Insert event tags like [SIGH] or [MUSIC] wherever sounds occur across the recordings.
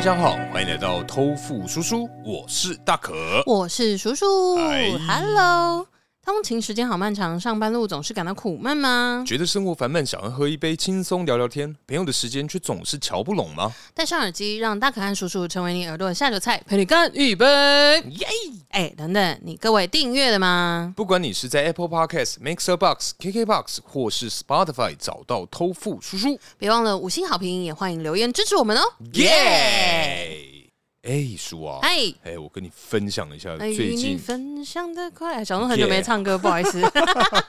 家好，欢迎来到偷富叔叔，我是大可。我是叔叔哎，Hello。通勤时间好漫长，上班路总是感到苦闷吗？觉得生活烦闷，想要喝一杯轻松聊聊天，朋友的时间却总是瞧不拢吗？戴上耳机，让大可爱叔叔成为你耳朵的下酒菜，陪你干一杯。耶！哎，等等，你各位订阅了吗？不管你是在 Apple Podcast、Mixer Box、KK Box 或是 Spotify 找到偷富叔叔，别忘了五星好评，也欢迎留言支持我们哦。耶！哎，叔啊，嗨，哎，我跟你分享一下哎，最与你近分享的快乐。哎小东很久没唱歌，不好意思。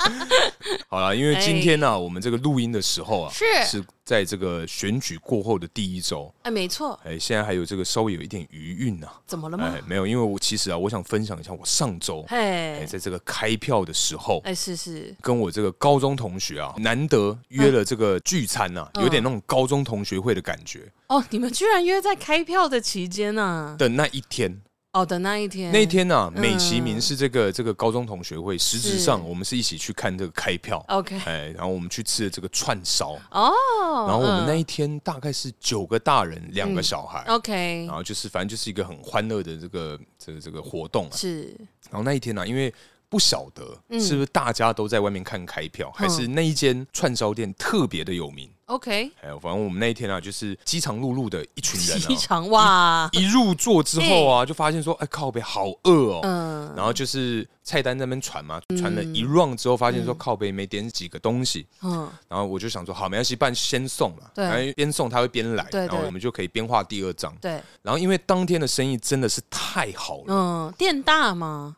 [LAUGHS] 好啦，因为今天呢、啊我们这个录音的时候啊，哎是是在这个选举过后的第一周，哎，没错，哎，现在还有这个稍微有一点余韵呐、啊。怎么了吗哎？，没有，因为我其实啊，我想分享一下我上周哎，嘿，在这个开票的时候，哎，是是，跟我这个高中同学啊，难得约了这个聚餐呐、嗯有点那种高中同学会的感觉哦，你们居然约在开票的期间呢？的那一天。哦，的那一天，那一天呢、啊，嗯美其名是这个这个高中同学会，实质是上我们是一起去看这个开票。 ，OK，哎，然后我们去吃了这个串烧，哦，然后我们嗯哦那一天大概是九个大人，两个小孩， OK，然后就是反正就是一个很欢乐的这个这个这个活动啊。是然后那一天啊呢、因为不晓得嗯是不是大家都在外面看开票，还是那一间串烧店特别的有名。 OK，哎，反正我们那一天啊，就是饥肠辘辘的一群人机啊，场哇，一入座之后啊，就发现说，哎靠北好饿哦。嗯，然后就是菜单在那边传嘛，传了一 round 之后，发现说靠北没点几个东西，嗯，然后我就想说好没关系，办先送嘛，对然后边送他会边来，对对然后我们就可以边画第二张。对，然后因为当天的生意真的是太好了，嗯，店大嘛，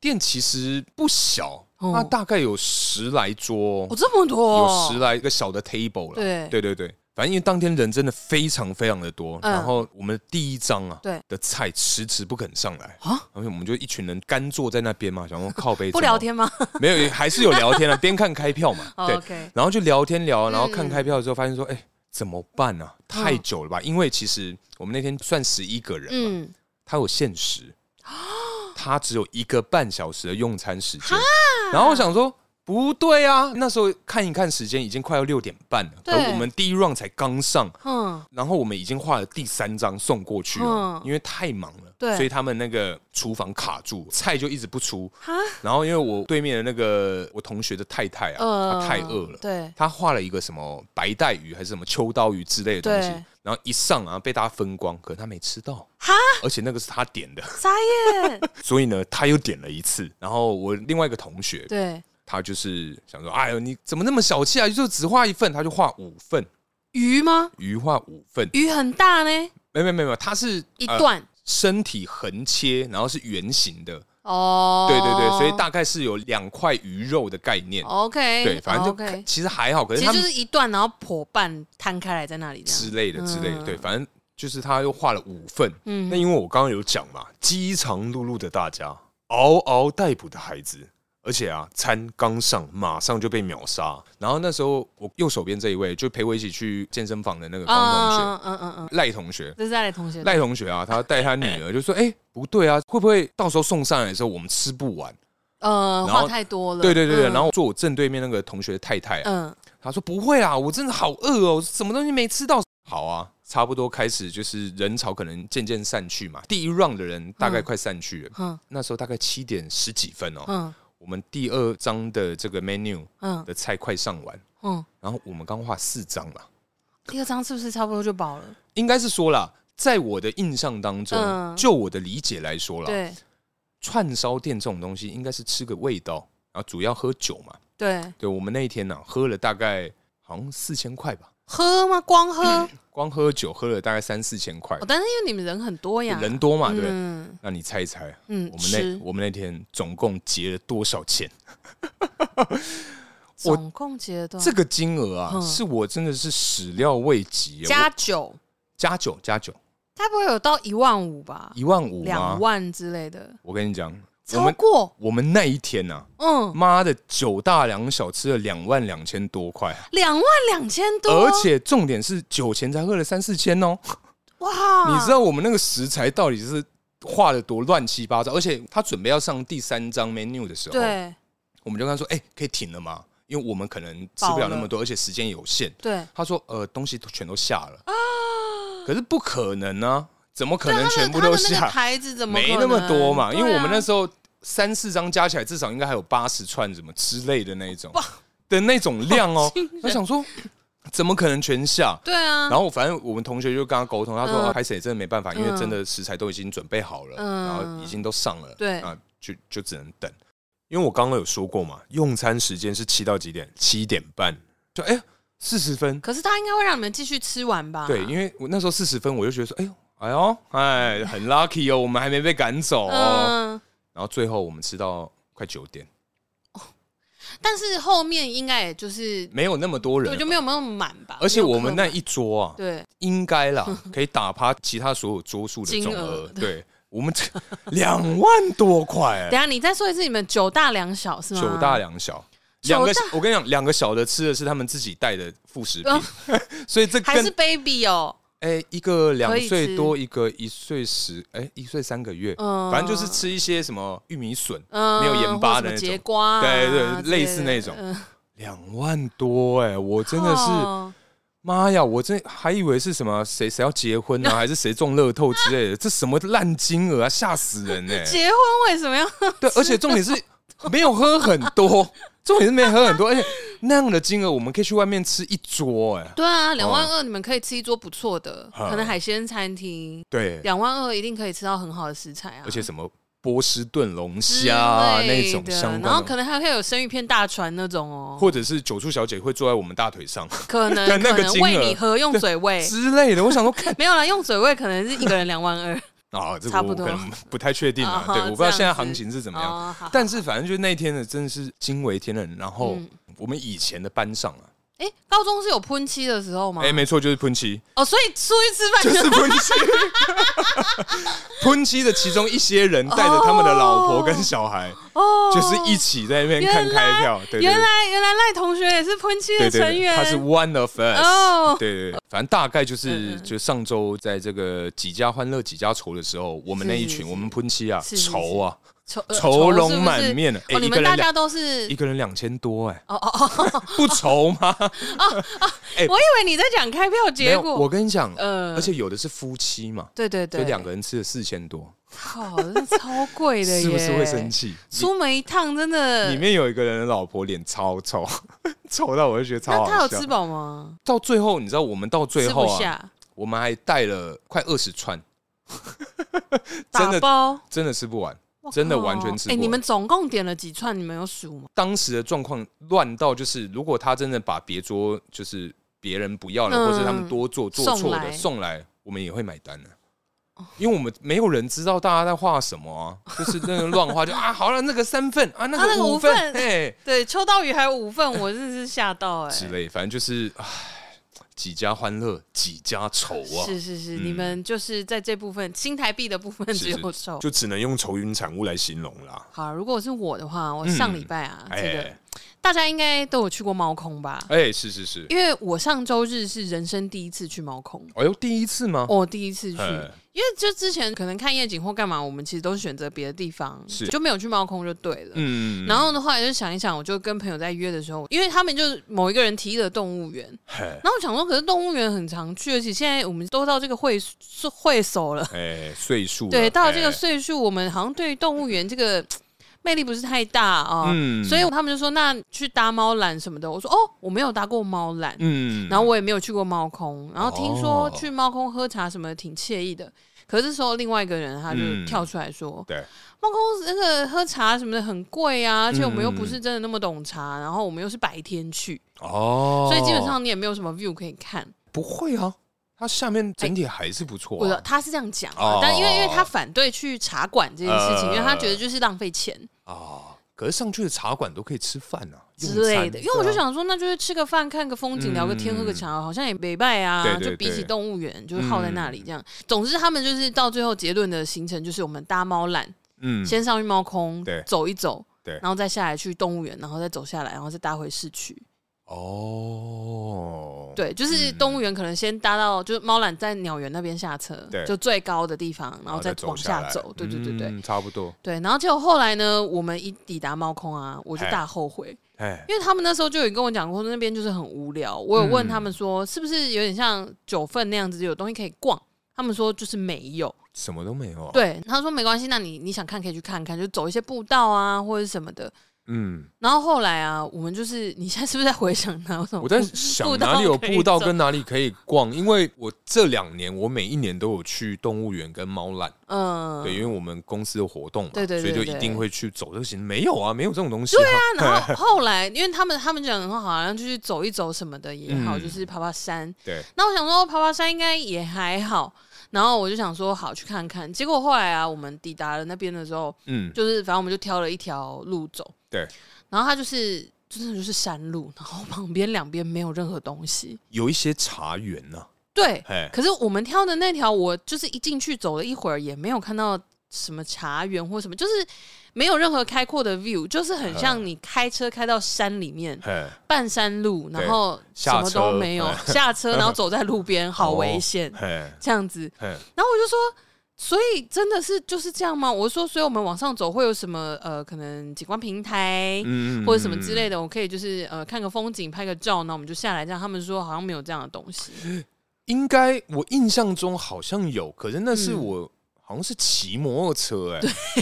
店其实不小，哦它大概有十来桌哦，，这么多，有十来个小的 table 了。对对对对反正因为当天人真的非常非常的多，嗯然后我们第一张啊对的菜迟迟不肯上来，啊，然后我们就一群人干坐在那边嘛， [LAUGHS] 想说靠背不聊，天吗怎么没有还是有聊 [LAUGHS] 天啊，边看开票嘛，哦对， ？OK，然后就聊天聊，然后看嗯开票的时候发现说，哎、怎么办啊？太久了吧？因为其实我们那天算十一个人嘛，嗯，它有限时，啊它只有一个半小时的用餐时间。然后我想说，不对啊，那时候看一看时间，已经快要六点半了，可对我们第一 round 才刚上，嗯，然后我们已经画了第三张送过去了，嗯因为太忙了，对所以他们那个厨房卡住，菜就一直不出。哈，然后因为我对面的那个我同学的太太啊，呃，她太饿了。对，她画了一个什么白带鱼还是什么秋刀鱼之类的东西对，然后一上啊被大家分光，可她没吃到，哈，而且那个是她点的，沙耶，所以呢，他又点了一次。然后我另外一个同学，对，他就是想说：“哎呦，你怎么那么小气啊？就只画一份，他就画五份，鱼吗？鱼画五份。鱼很大呢，没有没有没有，他是一呃段身体横切，然后是圆形的，哦，对对对，所以大概是有两块鱼肉的概念。 OK，对，反正就哦 OK，其实还好，可是其他实们就是一段，然后破半摊开来在那里这之样，类的之类的，嗯对，反正就是他又画了五份。嗯那因为我刚刚有讲嘛，饥肠辘辘的大家，嗷嗷待哺的孩子，而且啊，餐刚上马上就被秒杀。然后那时候我右手边这一位就陪我一起去健身房的那个高中同学嗯嗯嗯嗯，赖同学。这是在同学，赖同学啊，他带他女 [LAUGHS] 儿就说：“哎、不对啊，会不会到时候送上来的时候我们吃不完呃，然后话太多？”了，对对对对，嗯然后坐我正对面那个同学的太太啊，嗯，他说不会啊，我真的好饿哦，什么东西没吃到？好啊，差不多开始就是人潮可能渐渐散去嘛。第一 round 的人大概快散去了，嗯那时候大概七点十几分哦。嗯我们第二张的这个 menu 嗯的菜快上完，嗯，然后我们刚画四张嘛，第二张是不是差不多就饱了？应该是说啦，在我的印象当中，嗯就我的理解来说啦，对串烧店这种东西应该是吃个味道，然后主要喝酒嘛。对，对我们那一天呢、喝了大概好像四千块吧，喝吗？光喝？光喝酒喝了大概三四千块哦，。但是因为你们人很多呀，人多嘛，对不对。啊嗯那你猜一猜，嗯，我们那吃我们那天总共结了多少钱？我总共结多少这个金额啊，嗯是我真的是始料未及。加我酒，加九加九，该不会有到一万五吧？一万五吗两？万之类的，我跟你讲，我超们过我们那一天呐、嗯妈的九大两小吃了两万两千多块，两万两千多，而且重点是酒钱才喝了三四千哦。哇，你知道我们那个食材到底是画的多乱七八糟？而且他准备要上第三张 menu 的时候，对我们就跟他说：“哎、可以停了吗？因为我们可能吃不了那么多，而且时间有限。对”他说：“呃，东西都全都下了。啊”可是不可能啊！怎么可对啊能他全们部他都们那下个？牌子怎么没可那么能多嘛，因为对我们啊那时候三四张加起来，至少应该还有八十串什么之类的那一种的那种量哦。我想说，怎么可能全下？对啊，然后反正我们同学就跟他沟通，他说：“嗯啊，拍谁真的没办法，因嗯为真的食材都已经准备好了，嗯然后已经都上了，对啊，就就只能等。因为我刚刚有说过嘛，用餐时间是七到几点？七点半，就哎四十分，可是他应该会让你们继续吃完吧？对，因为我那时候四十分，我就觉得说，哎呦，哎呦，哎，很 lucky 哦，我们还没被赶走哦。嗯，然后最后我们吃到快九点，但是后面应该也就是没有那么多对，人就，没有那么满吧。啊而且没有我们客那满一桌啊，对应该 [LAUGHS] 啦，可以打趴其他所有桌数的金总额额。对，我们这两万多块、欸等一下你再说一次，你们九大两小是吗？哎九大两小。啊九两大哦个，我跟你讲，两个小的吃的是他们自己带的副食品， [LAUGHS] 所以这还跟是 baby 哦，哎、一个两可以吃岁多，一个一岁十，哎、一岁三个月，嗯反正就是吃一些什么玉米笋，嗯，没有盐巴或的什么那节种，瓜啊之类对的、对类似那种嗯两万多哎、我真的是哦妈呀！我真还以为是什么谁谁要结婚 [LAUGHS] 啊，还是谁中乐透之类的，这什么烂金额啊，吓死人哎、结婚为什 [LAUGHS] 么要？对，而且重点 [LAUGHS] 是没有喝很多，重点是没有喝很多，而且那样的金额我们可以去外面吃一桌哎、对啊，两万二你们可以吃一桌不错的，嗯可能海鲜餐厅，对，两万二一定可以吃到很好的食材啊，而且什么波士顿龙之虾啊类那种的相关的，然后可能还可以有生鱼片大船那种 [LAUGHS] 哦，或者是九处小姐会坐在我们大腿上可能的那个可能金额喂你喝用 [LAUGHS] 嘴喂，之类的。我想说看没有啦，用嘴喂可能是一个人两万二，啊，这差个不我多可能不太确定啊，哦对，我不知道这样子现在行情是怎么样。哦好但是反正就那一天的真的是惊为天人。然后嗯我们以前的班上啊，哎、高中是有喷漆的时候吗？哎、没错，就是喷漆，哦，所以出去吃 [LAUGHS] 饭就就是喷 [LAUGHS] 漆。喷漆的其中一些人带着他们的老婆跟小孩，哦，就是一起在那边看开票。对对原对来原来赖同学也是喷漆对的对成对，员，他是 one of us。哦对对对，反正大概就是嗯嗯就上周在这个几家欢乐几家愁的时候，我们那一是群是我们喷漆啊是是是愁啊，愁呃愁容满面是不是哎哦，你一个们人两大家都是一个人两千多哎，哦哦哦， [LAUGHS] 不愁吗？哎我以为你在讲开票没 [LAUGHS] 结有，果，我跟你讲，呃而且有的是夫妻嘛，对对所对，以两个人吃了四千多，靠，真的超贵的 [LAUGHS] 耶，是不是会生？气？出门一趟真的，里面有一个人的老婆脸超臭， [LAUGHS] 臭到我就觉得超那他好有笑吃。饱吗？到最后，你知道我们到最后吃不啊，下，我们还带了快二十串，真打的包。真的吃不完。我靠真的完全吃不哎、完你们总共点了几串？你们有数吗？当时的状况乱到，就是如果他真的把别桌就是别人不要了，嗯或者他们多做做送错来的送来，我们也会买单的、因为我们没有人知道大家在画什么 [LAUGHS] 啊，就是那种乱画，就啊，好了，那个三份啊，那啊那个个五五份份，哎、对，秋刀鱼还有五份，我真的是吓到哎、之类，反正就是唉，几家欢乐几家愁啊，是是是，嗯你们就是在这部分新台币的部分是只是有抽。就只能用愁云惨雾来形容啦。好，如果是我的话，我上礼拜啊，这嗯个哎大家应该都有去过猫空吧？哎、是是是，因为我上周日是人生第一次去猫空，哎呦，第一次吗？我、第一次去，哎因为就之前可能看夜景或干嘛，我们其实都是选择别的地方，是就没有去猫空就对了。嗯，然后的话，就想一想，我就跟朋友在约的时候，因为他们就是某一个人提议的动物园，哎然后我想说，可是动物园很常去，而且现在我们都到这个会会手了，哎，岁数了对，到了这个哎岁数，我们好像对于动物园这个魅力不是太大啊、嗯所以他们就说那去搭猫缆什么的。我说哦，我没有搭过猫缆，嗯，然后我也没有去过猫空，然后听说哦去猫空喝茶什么的挺惬意的。可是这时候另外一个人他就嗯跳出来说，对。猫空那个喝茶什么的很贵啊，而且我们又不嗯是真的那么懂茶，然后我们又是白天去，哦，所以基本上你也没有什么 view 可以看。不会啊，它下面整体还是不错、哎我啊。他是这样讲啊、哦但因为因为他反对去茶馆这件事情，呃因为他觉得就是浪费钱啊，可是上去的茶馆都可以吃饭啊之类的。因为我就，用餐对啊想说，那就是吃个饭、看个风景、嗯聊个天、喝个茶，好像也没败啊。对对就比起对嗯动物园，就是耗在那里这样。总之，他们就是到最后结论的行程就是我们搭猫缆，嗯，先上去猫空对走一走，对然后再下来去动物园，然后再走下来，然后再搭回市区。哦，对，就是嗯动物园可能先搭到，就是猫缆在鸟园那边下车，对就最高的地方，然后再往下来走。对对对对。嗯差不多。对，然后结果后来呢，我们一抵达猫空啊，我就哎大后悔，哎，因为他们那时候就有跟我讲过，那嗯边就是很无聊。我有问他们说，是不是有点像九份那样子，有东西可以逛？他他们说就是没有。什么都没有、啊。，对，他说没关系，那你你想看可以去看看，就走一些步道啊或者什么的。嗯，然后后来啊，我们就是你现在是不是在回想哪有什么哦步？我在想 [LAUGHS] 步道哪里有可以步道走跟哪里可以逛，因为我这两年我每一年都有去动物园跟猫缆，嗯，对，因为我们公司有活动嘛，对对对所以就对一定会去走这个行。没有啊，没有这种东西、啊。对啊，那然后后来，因为他们他们讲说好像就是走一走什么的也好，嗯就是爬爬山。对，那我想说爬爬山应该也还好，然后我就想说好去看看。结果后来啊，我们抵达了那边的时候，嗯，就是反正我们就挑了一条路走，对，然后它就是真的就是山路，然后旁边两边没有任何东西。有一些茶园呐、对，哎，可是我们挑的那条，我就是一进去走了一会儿，也没有看到什么茶园或什么，就是没有任何开阔的 view，就是嗯很像你开车开到山里面。嘿，半山路，然对后什下么都车嗯哦没有，下车 [LAUGHS] 然后走在路边，好危险，嘿，这样子。嘿，然后我就说，所以真的是就是这样吗？我说，所以我们往上走会有什么呃，可能景观平台、嗯或者什么之类的。的，我可以就是呃看个风景，拍个照，那我们就下来。这样他们说好像没有这样的东 [LAUGHS] 西，应该我印象中好像有，可是那嗯是我、好像是骑摩托车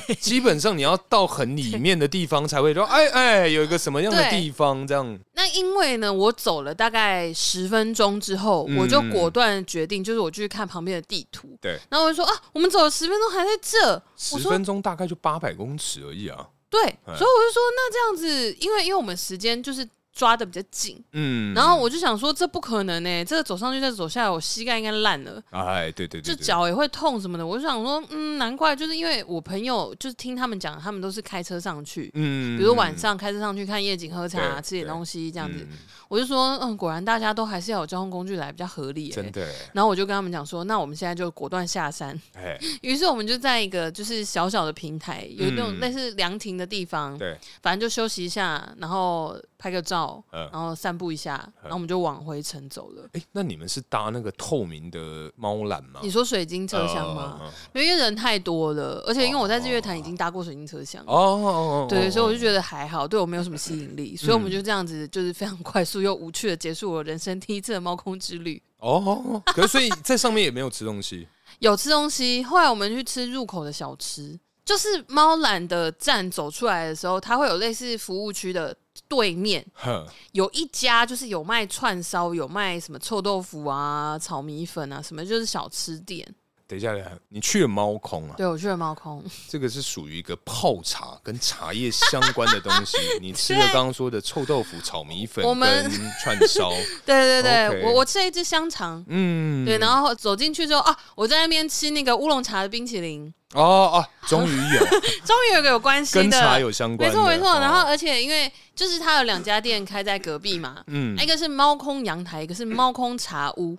哎、基本上你要到很里面的地方才会说，哎哎，有一个什么样的对地方这样，那因为呢，我走了大概十分钟之后，嗯我就果断决定，就是我去看旁边的地图。对，然后我就说啊，我们走了十分钟还在这，十我说分钟大概就八百公尺而已啊。对，所以我哎就说那这样子，因为因为我们时间就是抓的比较紧，嗯，然后我就想说这不可能呢、欸这个走上去再走下来，我膝盖应该烂了。哎，对对对就对，脚也会痛什么的，我就想说，嗯，难怪，就是因为我朋友就是听他们讲，他们都是开车上去，嗯比如晚上开车上去看夜景、喝茶、对吃点对嗯东西这这样子，我就说，嗯，果然大家都还是要有交通工具来比较合理、欸。真 [LAUGHS] 的欸然后我就跟他们讲说，那我们现在就果断下山。哎，于是我们就在一个就是小小的平台，有那种嗯类似凉亭的地方，对，反正就休息一下，然后拍个照，嗯然。后散步一下，然后我们就往回程走了。哎，那你们是搭那个透明的猫缆吗？你说水晶车厢吗？呃？因为人太多了，而且因为我在日月潭已经搭过水晶车厢。哦哦哦，哦嗯对，所以我哦就觉得还好，对我没有什么吸引力，所以我们嗯就这样子，就是非常快速又无趣的结束我人生第一次的猫空之旅。哦哦，哦可是所以在上面也没有吃东西，有吃东西。后来我们去吃入口的小吃，就是猫缆的站走出来的时候，它会有类似服务区的对面哼，有一家，就是有卖串烧，有卖什么臭豆腐啊、炒米粉啊，什么就是小吃店。等一下，等一下你去了猫空啊？对我去了猫空，这个是属于一个泡茶跟茶叶相关的东 [LAUGHS] 西。你吃了刚刚说的臭豆腐、炒米粉我们跟串 [LAUGHS] 烧，对对对， OK 我我吃了一只香肠。嗯，对，然后走进去之后啊，我在那边吃那个乌龙茶的冰淇 [LAUGHS] 淋，哦哦，终于有终于有一个有关系的，跟茶有相关没的，错没错。哦然后而且因为就是它有两家店开在隔壁嘛，嗯一个是猫空阳台，一个是猫空茶屋。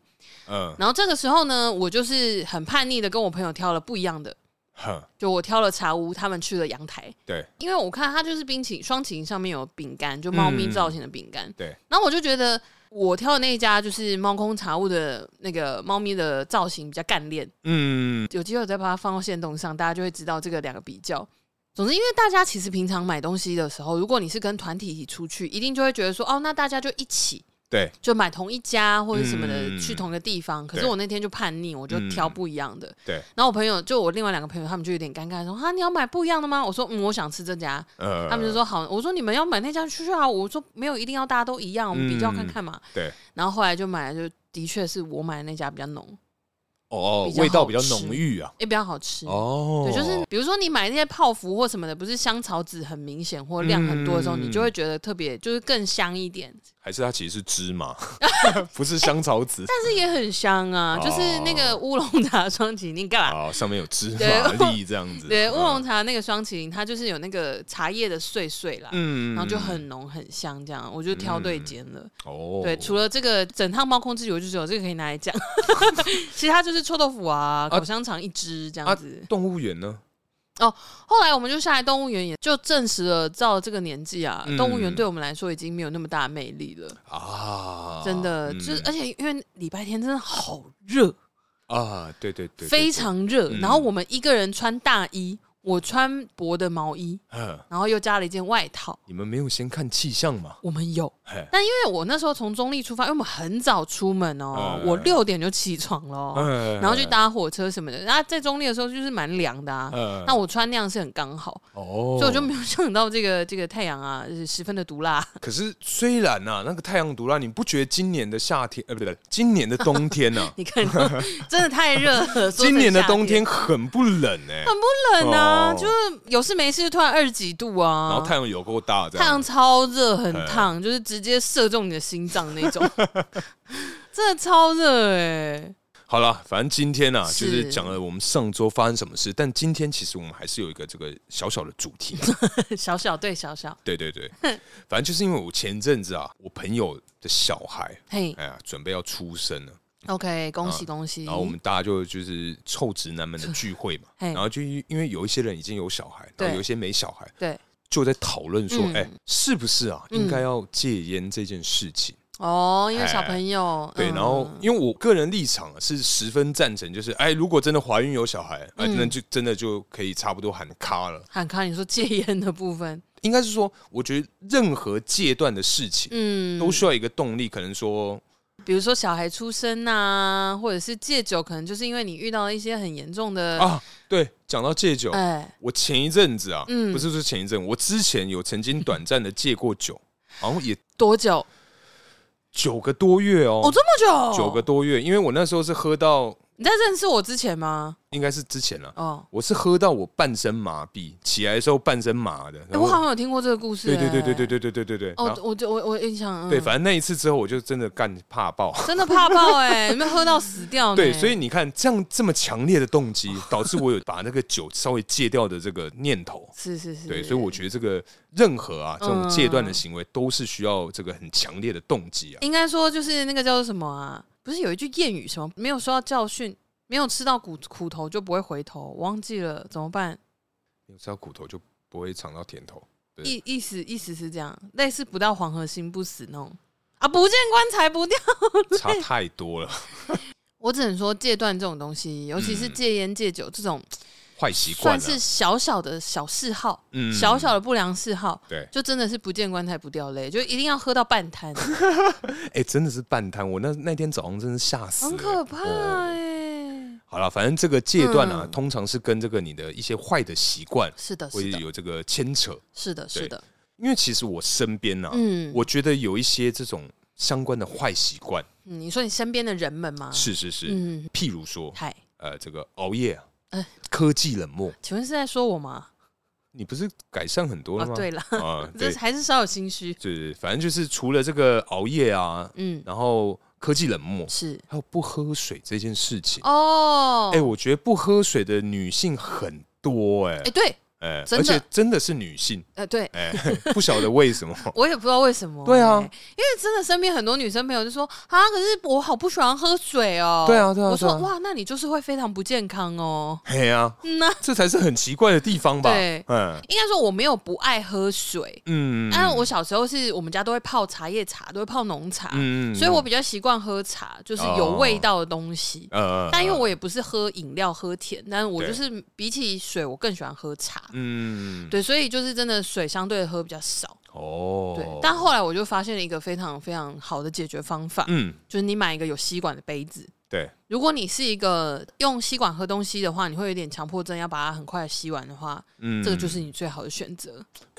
嗯然后这个时候呢，我就是很叛逆的跟我朋友挑了不一样的，哼，就我挑了茶屋，他们去了阳台，对，因为我看它就是冰淇淋双淇淋上面有饼干，就猫咪嗯造型的饼干。对，然后我就觉得我挑的那一家就是猫空茶屋的那个猫咪的造型比较干练，嗯有机会我再把它放到线动上，大家就会知道这个两个比较。总之，因为大家其实平常买东西的时候，如果你是跟团体一起出去，一定就会觉得说，哦，那大家就一起对，就买同一家或者什么的，嗯去同一个地方。可是我那天就叛逆，我就挑不一样的。对然后我朋友就我另外两个朋友，他们就有点尴尬，说：“啊，你要买不一样的吗？”我说：“嗯，我想吃这家。呃，他们就说：“好。”我说：“你们要买那家去啊。”我说：“没有，一定要大家都一样，我们比较看看嘛。嗯对，然后后来就买了，就的确是我买的那家比较浓，哦比较好味道比较吃浓郁啊，也比较好吃。哦，对，就是比如说你买那些泡芙或什么的，不是香草籽很明显或量很多的时候，嗯你就会觉得特别就是更香一点，还是它其实是芝 [LAUGHS] 麻，不是香草籽，但是也很香啊，哦就是那个乌龙茶双淇淋，干嘛？哦，上面有芝麻对粒这样子，对，嗯乌龙，茶那个双淇淋，它就是有那个茶叶的碎碎啦，嗯然后就很浓很香，这样我就挑对间了。哦，对，除了这个整趟猫空之旅，我就只有这个可以拿来讲。 [LAUGHS] 其他就是臭豆腐啊，啊烤香肠一只这样子。动物园呢，后来我们就下来动物园，也就证实了，到这个年纪啊，嗯动物园对我们来说已经没有那么大的魅力了。啊，真的，嗯就是呃而且因为礼拜天真的好热，啊，对对对，对非常热嗯。然后我们一个人穿大衣，我穿薄的毛衣，呵然后又加了一件外套。嗯你们没有先看气象吗？我们有，嘿，但因为我那时候从中立出发，因为我们很早出门哦，嗯我六点就起床了哦、嗯然后去搭火车什么的。然后在中立的时候就是蛮凉的啊，呃那我穿那样是很刚好，哦，所以我就没有想到这个这 [LAUGHS] 个太阳啊是十分的毒辣。，可是虽然呐、啊，那个太阳毒辣，你不觉得今年的夏天呃，不对，今年的冬天呐、啊 [LAUGHS] 你看，真的太热 [LAUGHS] 了。说成今年的冬天夏很不冷哎、天冷啊，哦就是有事没事就突然二十几度啊，然后太阳嗯有够大，这太阳样超热，很烫，就是直接射中你的心脏 [LAUGHS] 那种，真的超热哎、好了，反正今天啊，是就是讲了我们上周发生什么事，但今天其实我们还是有一个这个小小的主题，啊 [LAUGHS] 小小对小小，对对对，反正就是因为我前阵子啊，我朋友的小 [LAUGHS] 孩，嘿哎呀，准备要出生了， ，OK，恭喜恭喜。嗯然后我们大家就就是臭直男们的聚会 [LAUGHS] 嘛，嘿然后就因为有一些人已经有小孩，然哎对后有一些没小孩，对就在讨论说，嗯哎、是不是啊，应该要戒烟这件事情？哦，因为小朋友对，嗯然后因为我个人立场啊是十分赞成，就是哎，如果真的怀孕有小孩，哎，嗯那就真的就可以差不多喊卡了。喊卡，你说戒烟的部分，应该是说，我觉得任何戒断的事情嗯，都需要一个动力，可能说比如说小孩出生啊，或者是戒酒，可能就是因为你遇到一些很严重的，啊，对，讲到戒酒，哎，我前一阵子啊，嗯不是说前一阵，我之前有曾经短暂的戒过酒，好像也多久？九个多月哦，哦，这么久？九个？多月，因为我那时候是喝到，你在认识我之前吗？应该是之前了。哦，我是喝到我半身麻痹，起来的时候半身麻的。哎然后我好像有听过这个故事、对对对对对对。对对对对对。然哦，后我就我我印象，嗯、对，反正那一次之后，我就真的干怕爆。真的怕爆哎、有没有喝到死掉呢？对，所以你看，这样这么强烈的动机，导致我有把那个酒稍微戒掉的这个念头。是是是，对，所以我觉得这个任何啊这种嗯戒断的行为，都是需要这个很强烈的动机啊。应该说就是那个叫做什么啊？不是有一句谚语什么没有受到教训，没有吃到苦苦头就不会回头，忘记了怎么办？你吃到骨头就不会尝到甜 [LAUGHS] 头。对意意思意思是这样，类似不到黄河心不死那种啊，不见棺材不掉。 [LAUGHS] 差太多了，我只能说戒断这种东西，尤其是嗯戒烟戒酒这种，坏习惯算了是。小小的小嗜好，嗯小小的不良嗜好。对，就真的是不见棺材不掉泪，就一定要喝到 [LAUGHS] 半瘫，哎，真的是半瘫。我那那天早上真是吓死了，很可怕哦哎、好了，反正这个戒断啊，嗯通常是跟这个你的一些坏的习惯是的，会是的，有这个牵扯。是的，是的，因为其实我身边呢、啊，嗯，我觉得有一些这种相关的坏习惯，嗯，你说你身边的人们吗？，是是是，嗯，譬如说，嗨，呃，这个熬夜啊、哎科技冷漠，请问是在说我吗？你不是改善很多啊了，吗？对了，啊， [LAUGHS] 这对，还是稍有心虚，就是反正就是除了这个熬夜啊，嗯，然后科技冷漠，是还有不喝水这件事情。哦哎、，我觉得不喝水的女性很多、哎，对，哎、哎，真而的且真的是女性，呃，对。哎、 [LAUGHS] 不晓得为什么。我也不知道为什么、对啊哎因为真的身边很多女生朋友就说啊，可是我好不喜欢喝水哦。 [LAUGHS] 对啊对啊我说、对啊哇，那你就是会非常不健康哦。嘿呀、嗯呐、这才是很奇怪的地方吧？对嗯应该说我没有不爱喝水，嗯但是啊我小时候是我们家都会泡茶叶茶，都会泡浓茶，嗯哦所以我比较习惯喝茶，就是有味道的东西。呃但因为我也不是喝饮料、喝甜，但我对就是比起水，我更喜欢喝茶。嗯对，所以就是真的水相对喝比较少。哦对，但后来我就发现了一个非常非常好的解决方法，嗯就是你买一个有吸管的杯子。对如果你是一个用吸管喝东西的话，你会有点强迫症，要把它很快地吸完的话，嗯这个就是你最好的选择。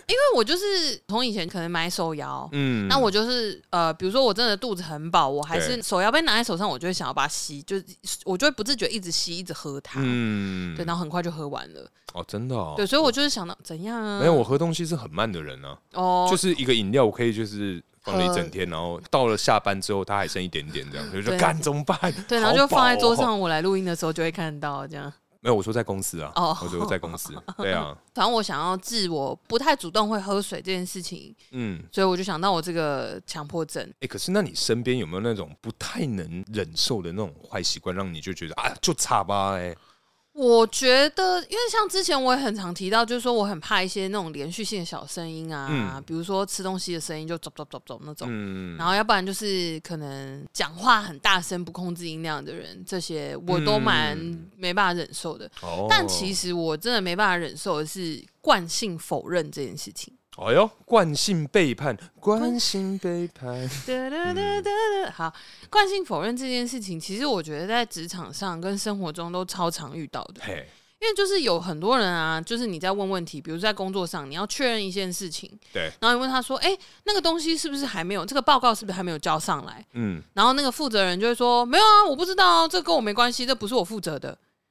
因为我就是从以前可能买手摇，嗯那我就是呃，比如说我真的肚子很饱，我还对是手摇杯拿在手上，我就会想要把它吸，就是我就会不自觉一直吸，一直喝它。嗯对，然后很快就喝完了。哦真的哦对，所以我就是想到怎样啊？没有我喝东西是很慢的人啊，哦，就是一个饮料我可以就是。放了一喝整天，然后到了下班之后，它还剩一点点，这样就说哦对干怎么办？对，然后好就饱放在桌哦。上，我来录音的时候就会看到这样。没有，我说在公司啊，哦我说在公司，对 [LAUGHS] 啊，反正我想要治我不太主动会喝水这件事情，嗯，所以我就想到我这个强迫症。哎，可是那你身边有没有那种不太能忍受的那种坏习惯，让你就觉得啊，就差吧，哎，我觉得，因为像之前我也很常提到，就是说我很怕一些那种连续性的小声音啊，嗯比如说吃东西的声音就走走走走那种，嗯，然后要不然就是可能讲话很大声、不控制音量的人，这些我都蛮嗯没办法忍受的。哦但其，实我真的没办法忍受的是惯性否认这件事情。哎呦，惯性背叛，惯性背叛，哒哒哒哒哒好，惯性否认这件事情，其实我觉得在职场上跟生活中都超常遇到的。嘿，因为就是有很多人啊，就是你在问问题，比如在工作上，你要确认一件事情，对，然后你问他说：“哎、那个东西是不是还没有？这个报告是不是还没有交上来嗯，？”然后那个负责人就会说：“没有啊，我不知道、啊，这跟我没关系，这不是我负责的。”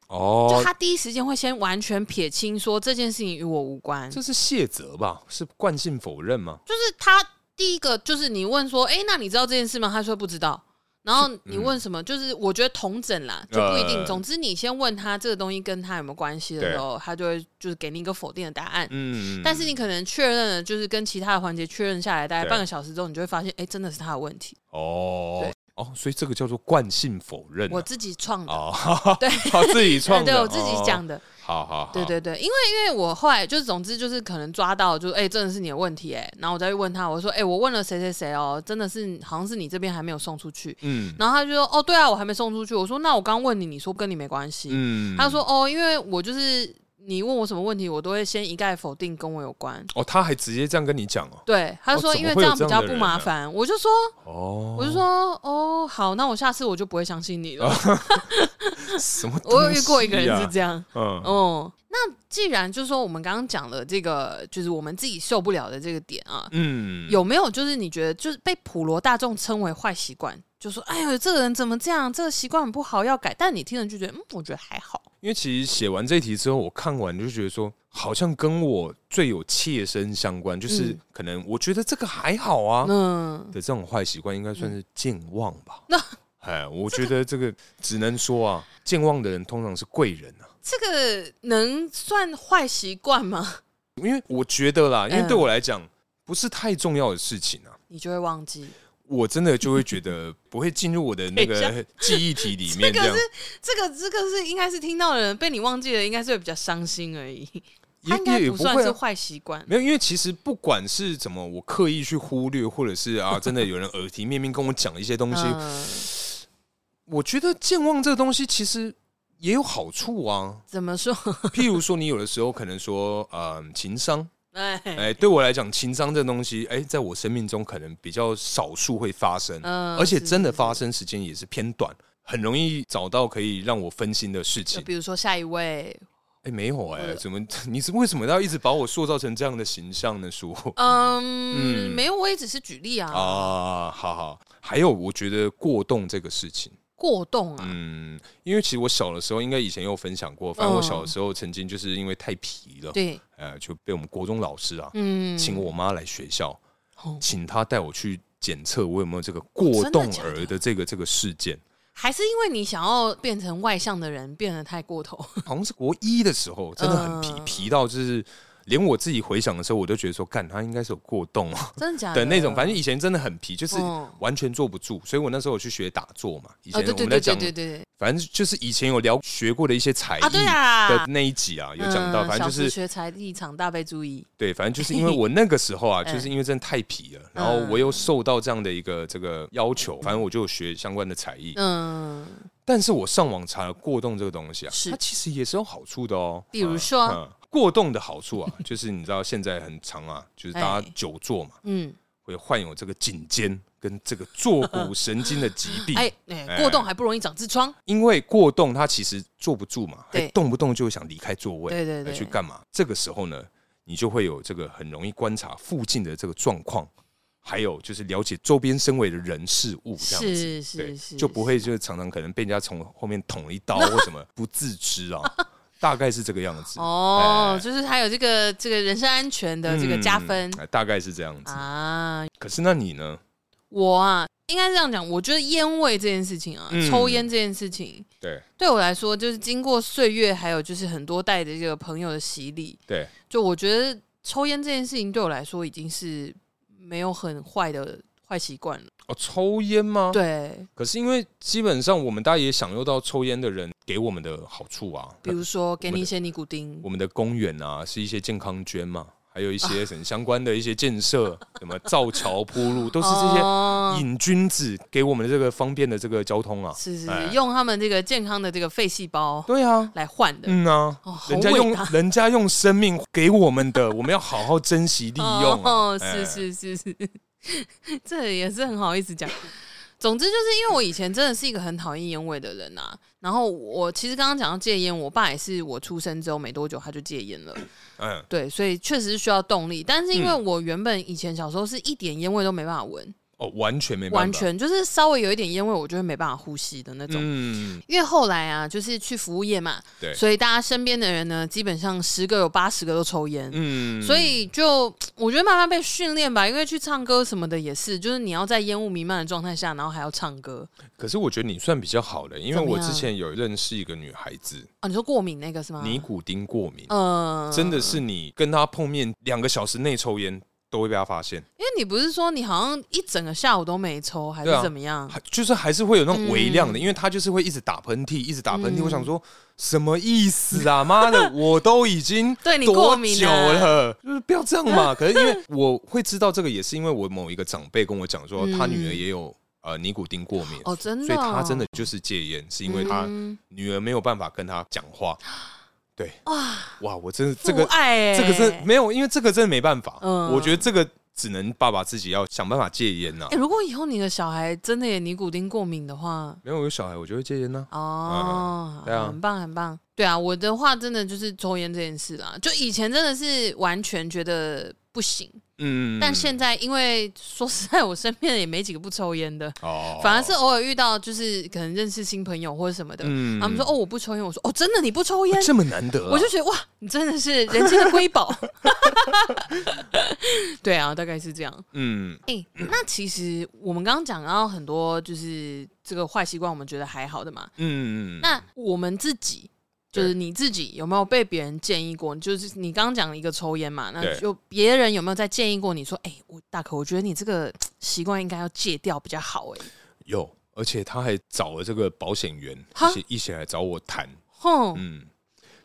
就哦，他第一时间会先完全撇清，说这件事情与我无关。就这是谢责吧？是惯性否认吗？是他第一个就是你问说：“哎、那你知道这件事吗？”他说不知道。然后你问什么？就是我觉得同整啦，就不一定。嗯呃总之，你先问他这个东西跟他有没有关系的时候，他就会就是给你一个否定的答案。嗯，但是你可能确认了，就是跟其他的环节确认下来，大概对半个小时之后，你就会发现，哎、真的是他的问题，哦对，哦，所以这个叫做惯性否认啊、我自己创的，哦，对，好，自己创的，嗯 [LAUGHS] 对我自己哦，讲的，好好好，对对对，因为因为我后来就是，总之就是可能抓到，就是哎、真的是你的问题、哎，然后我再去问他，我说，哎、我问了谁谁谁哦，真的是好像是你这边还没有送出去，嗯然后他就说，哦，对啊，我还没送出去，我说，那我刚问你，你说跟你没关系，嗯他说，哦，因为我就是你问我什么问题，我都会先一概否定跟我有关。哦，他还直接这样跟你讲哦，对，他哦说怎因么为会这有样这比样较的不人麻啊烦，我就说哦，我就说哦，好，那我下次我就不会相信你了。什么、我有遇过一个人是样，这样，嗯哦、那既然就是说我们刚刚讲了这个，就是我们自己受不了的这个点啊，嗯，有没有就是你觉得就是被普罗大众称为坏习惯，就说哎呦这个人怎么这样，这个习惯很不好要改，但你听了就觉得嗯，我觉得还好，因为其实写完这一题之后，我看完就觉得说，好像跟我最有切身相关，就是嗯可能我觉得这个还好啊、嗯，的这种坏习惯，应该算是健忘吧。那 [LAUGHS] 哎，我觉得这个只能说啊，健忘的人通常是贵人啊。这个能算坏习惯吗？因为我觉得啦，因为嗯对我来讲不是太重要的事情啊， [LAUGHS] 你就会忘记，我真的就会觉得不会进入我的那 [LAUGHS] 等个记忆体里面。这样这个这个是应该是听到的人被你忘记了，应该是会比较伤心而已。他应该也也不会算啊是坏习惯。没有，因为其实不管是怎么，我刻意去忽略，或者是啊，真的有人耳提面命跟我讲一些东西，嗯，我觉得健忘这个东西其实也有好处 [LAUGHS] 啊。怎么说？譬如说，你有的时候可能说，呃，情商，哎，哎，对我来讲，情商这东西，哎，在我生命中可能比较少数会发生， [LAUGHS] 嗯而且是真的是发生时间也是偏短，很容易找到可以让我分心的事就情。比如说下一位，哎，没有哎，呃怎么 [LAUGHS] 你是为什么要一直把我塑造成这样的形象呢？叔嗯，嗯没有，我也只是举例啊。啊，好好。还有，我觉得过动这个事情，过动啊，嗯，因为其实我小的时候，应该以前有分享过，反正嗯我小的时候曾经就是因为太皮了，对，呃，就被我们国中老师啊，嗯，请我妈来学校，哦请她带我去检测我有没有这个过动儿的这个这个事件，还是因为你想要变成外向的人，变得太过头。好像是国一的时候，真的很皮，嗯皮到就是。连我自己回想的时候，我都觉得说，干他应该是有过动啊真的假的那种。反正以前真的很皮，就是嗯完全坐不住。所以我那时候有去学打坐嘛。以前哦，对我对们在对讲对对对反正就是以前有聊学过的一些才艺啊，对啊，的那一集啊，有讲到，嗯反正就小时是学才立场大被注意，对，反正就是因为我那个时候 [LAUGHS] 啊，嗯就是因为真的太皮了，然后我又受到这样的一个这个要求，反正我就有学相关的才艺。嗯，但是我上网查了过动这个东西啊，是它其实也是有好处的哦。比如说嗯，嗯过动的好处 [LAUGHS] 啊，就是你知道现在很长啊，就是大家哎久坐嘛，嗯，会患有这个颈肩跟这个坐骨神经的疾病。哎哎，过动还不容易长痔疮，因为过动，它其实坐不住嘛，对会动不动就想离开座位，对对对来去干嘛？这个时候呢，你就会有这个很容易观察附近的这个状况，还有就是了解周边身围的人事物，这样子，是对是是，就不会就是常常可能被人家从后面捅一刀或什么，不自知 [LAUGHS] 啊，大概是这个样子。哦哎，就是还有这个这个人身安全的这个加分嗯、哎大概是这样子。啊。可是那你呢？我啊，应该这样讲，我觉得烟味这件事情啊，嗯抽烟这件事情，对对我来说，就是经过岁月，还有就是很多代的这个朋友的洗礼，对，就我觉得抽烟这件事情对我来说已经是没有很坏的坏习惯了。哦，抽烟吗？。对，可是因为基本上我们大家也享受到抽烟的人给我们的好处啊，比如说给我们你的一些尼古丁我，们的公园啊是一些健康捐嘛，还有一啊些很相关的一些建 [LAUGHS] 设，什么造桥铺路，都是这些哦瘾君子给我们的这个方便的这个交通啊。是是哎是，用他们这个健康的这个肺细胞对啊，来换的。嗯啊，哦好人家伟用大人家用生命给我们的，我们要好好珍惜利用、啊。哦，哎是是是是， [LAUGHS] 这也是很好意思讲。总之就是因为我以前真的是一个很讨厌烟味的人啊，然后我其实刚刚讲到戒烟，我爸也是我出生之后没多久他就戒烟了，嗯，对，所以确实是需要动力。但是因为嗯我原本以前小时候是一点烟味都没办法闻，哦，完全没办法，完全就是稍微有一点烟味，我就会没办法呼吸的那种。嗯，因为后来啊，就是去服务业嘛，对所以大家身边的人呢，基本上十个有八十个都抽烟，嗯，所以就我觉得慢慢被训练吧，因为去唱歌什么的也是，就是你要在烟雾弥漫的状态下，然后还要唱歌可是我觉得你算比较好的，因为怎么我样之前有认识一个女孩子，啊。你说过敏那个是吗？尼古丁过敏，呃，真的是你跟她碰面两个小时内抽烟都会被她发现，因为你不是说你好像一整个下午都没抽，还对是啊怎么样？还就是还是会有那种微量的，因为她就是会一直打喷嚏，一直打喷嚏。嗯我想说什么意思啊？妈的，我都已经对 [LAUGHS] 你过多敏久啊了？就是不要这样嘛。可是因 [LAUGHS] 为我会知道这个，也是因为我某一个长辈跟我讲说，嗯他女儿也有呃尼古丁过敏。哦，真所的以哦、他真的就是戒烟，是因为他嗯女儿没有办法跟他讲 [GASPS] 话。对，哇，哇，我真的这个父爱、欸，这个真没有，因为这个真的没办法。嗯我觉得这个只能爸爸自己要想办法戒烟呐、哎、如果以后你的小孩真的也尼古丁过敏的话，没有有小孩，我就会戒烟呐、哦，对啊很棒很棒。对啊，我的话真的就是抽烟这件事啦，就以前真的是完全觉得不行，嗯，但现在因为说实在，我身边也没几个不抽烟的，哦，反而是偶尔遇到就是可能认识新朋友或者什么的，嗯他们说哦我不抽烟，我说哦真的你不抽烟，这么难得、啊，我就觉得哇你真的是人间的瑰宝。 [LAUGHS] 对啊，大概是这样。嗯哎、那其实我们刚刚讲到很多就是这个坏习惯，我们觉得还好的嘛，嗯，那我们自己，就对是你自己有没有被别人建议过？就是你刚刚讲了一个抽烟嘛，那对就别人有没有在建议过你说，哎、我大可，我觉得你这个习惯应该要戒掉比较好、哎，有，而且他还找了这个保险员哈一起一起来找我谈，哼，嗯，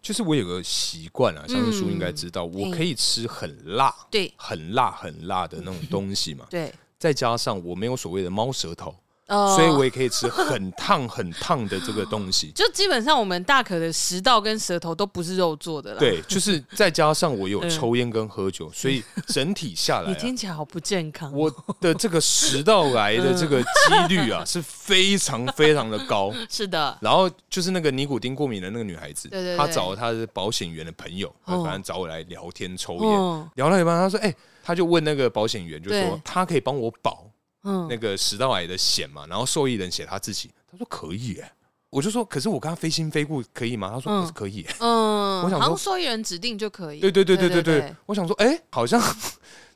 就是我有个习惯啊，相信叔应该知道，我可以吃很辣。嗯对，很辣很辣的那种东西嘛 [LAUGHS] 对，再加上我没有所谓的猫舌头，呃。所以我也可以吃很烫很烫的这个东西 [LAUGHS] 就基本上我们大可的食道跟舌头都不是肉做的啦。，对，啊就是再加上我有嗯抽烟跟喝酒，所以整体下来、你啊，听起来好不健康。我的这个食道癌的这个几率 [LAUGHS] 啊是非常非常的高。是的，然后就是那个尼古丁过敏的那个女孩子，对对对她找她的保险员的朋友，哦反正找我来聊天抽烟，嗯聊到一半，她说：“哎、她就问那个保险员，就对说她可以帮我保嗯，那个食道癌的险嘛，然后受益人写他自己，他说可以、耶，我就说可是我跟他非亲非故可以吗？他说、嗯可是可以、耶。嗯，我想说好像受益人指定就可以。对对对对对对对，我想说，哎、好像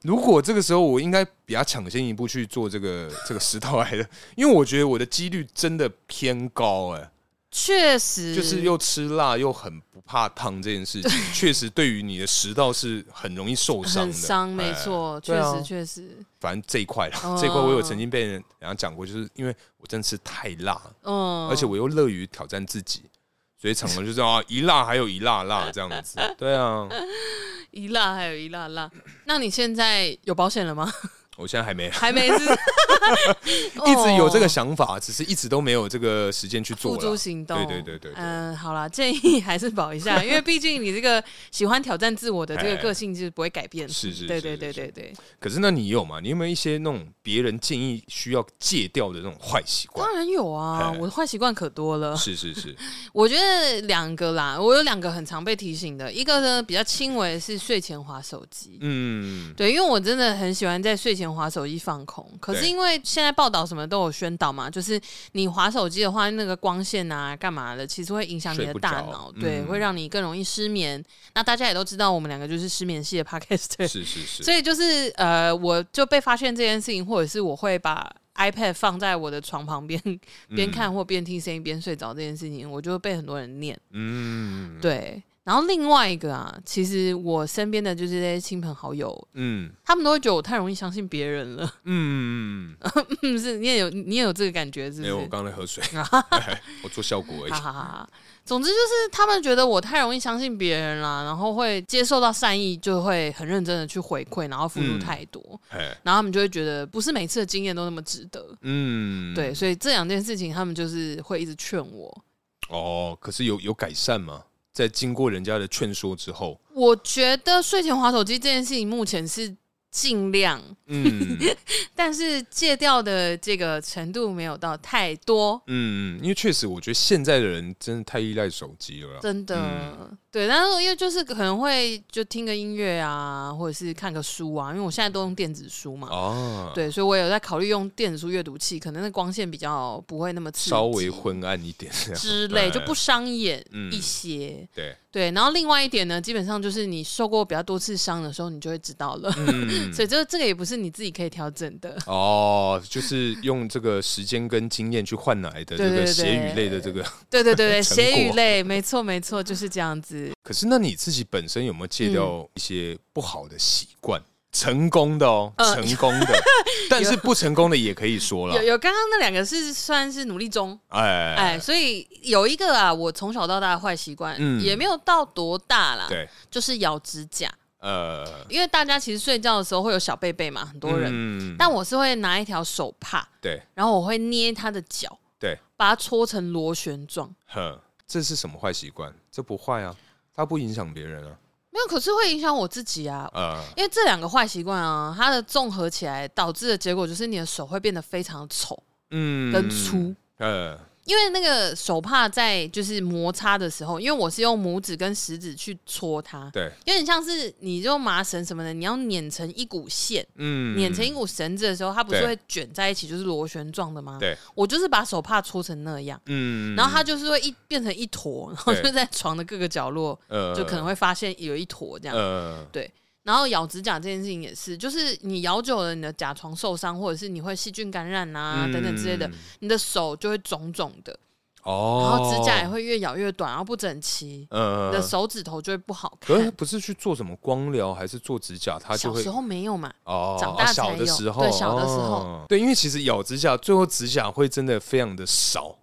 如果这个时候我应该比他抢先一步去做这个这个食道癌的，因为我觉得我的几率真的偏高、哎，确实就是又吃辣又很不怕烫这件事情，确实对于你的食道是很容易受伤很的，伤，没哎错，对确啊实确实，反正这一块啦，哦这一块我有曾经被人人家讲过，就是因为我真的吃太辣了。嗯，而且我又乐于挑战自己，所以常常就是啊，一辣还有一辣辣这样子。对啊，一辣还有一辣辣。那你现在有保险了吗？我现在还没 [LAUGHS] 还没 [LAUGHS] 是，一直有这个想法，只是一直都没有这个时间去做哦付了诸。行动。对对对对对嗯，好啦，建议 [LAUGHS] 还是保一下，因为毕竟你这个喜欢挑战自我的这个哎个性是不会改变。是是对是对是对是对对。可是那你有吗？你有没有一些那种别人建议需要戒掉的那种坏习惯？当然有啊，哎我的坏习惯可多了。是是是，我觉得两个啦，我有两个很常被提醒的，一个呢比较轻微是睡前划手机。嗯，对，因为我真的很喜欢在睡前划手机放空。可是对因为现在报道什么都有宣导嘛，就是你划手机的话，那个光线啊、干嘛的，其实会影响你睡的不大着脑，对，嗯会让你更容易失眠。那大家也都知道，我们两个就是失眠系的 podcaster，是是是，所以就是呃，我就被发现这件事情，或者是我会把 iPad 放在我的床旁边，嗯边看或边听声音边睡着这件事情，我就被很多人念。嗯，对，然后另外一个啊，其实我身边的就是这些亲朋好友，嗯他们都会觉得我太容易相信别人了。 [LAUGHS] 嗯嗯，嗯嗯，是你也有你也有这个感觉，是不啊没有，我是？刚才喝水， [LAUGHS] 哎我做效果而已哈。哈哈哈！总之就是他们觉得我太容易相信别人啦，然后会接受到善意，就会很认真的去回馈，然后付出嗯太多，嘿，然后他们就会觉得不是每次的经验都那么值得。嗯，对，所以这两件事情，他们就是会一直劝我。哦，可是有有改善吗？在经过人家的劝说之后，我觉得睡前划手机这件事情，目前是尽量，嗯但是戒掉的这个程度没有到太多，嗯，因为确实，我觉得现在的人真的太依赖手机了啦。真的。嗯对，但是因为就是可能会就听个音乐啊，或者是看个书啊，因为我现在都用电子书嘛。啊，，对，所以我有在考虑用电子书阅读器，可能那光线比较不会那么刺激，稍微昏暗一点这样之类，就对不伤眼嗯一些。对，对，然后另外一点呢，基本上就是你受过比较多次伤的时候，你就会知道了。嗯， [LAUGHS] 所以这这个也不是你自己可以调整的。哦，就是用这个时间跟经验去换来的这对对个对血语类的这个。对对对对，成血语果类，没错没错，就是这样子。 [LAUGHS] 可是，那你自己本身有没有戒掉一些不好的习惯？成功的哦，呃成功 [LAUGHS] 的，但是不成功的也可以说了有。有刚刚那两个是算是努力中，哎哎，所以有一个啊，我从小到大的坏习惯，嗯也没有到多大啦，对，就是咬指甲。呃，因为大家其实睡觉的时候会有小贝贝嘛，很多人，嗯但我是会拿一条手帕，对然后我会捏它的脚，对，把它搓成螺旋状。哼，这是什么坏习惯？这不坏啊，它不影响别人啊。没有，可是会影响我自己啊。呃，因为这两个坏习惯啊，它的综合起来导致的结果就是你的手会变得非常丑嗯跟粗，，呃，因为那个手帕在就是摩擦的时候，因为我是用拇指跟食指去搓它，对，有点像是你用麻绳什么的，你要捻成一股线，嗯，捻成一股绳子的时候，它不是对会卷在一起，就是螺旋状的吗？对，我就是把手帕搓成那样，嗯然后它就是会一变成一坨，然后对就在床的各个角落，呃就可能会发现有一坨这样。呃，然后咬指甲这件事情也是，就是你咬久了，你的甲床受伤，或者是你会细菌感染啊、等等之类的嗯，。你的手就会肿肿的，然哦，后指甲也，会越咬越短，然后不整齐，你的呃，手指头就会不好可是他。看不是去做什么光疗还是做指甲，他就小会时候没 [LAUGHS] 有嘛？哦，长大啊才小的有时候，对小的时候哦对，因为其实咬指甲，最后指甲会真的非常的 [LAUGHS] 少。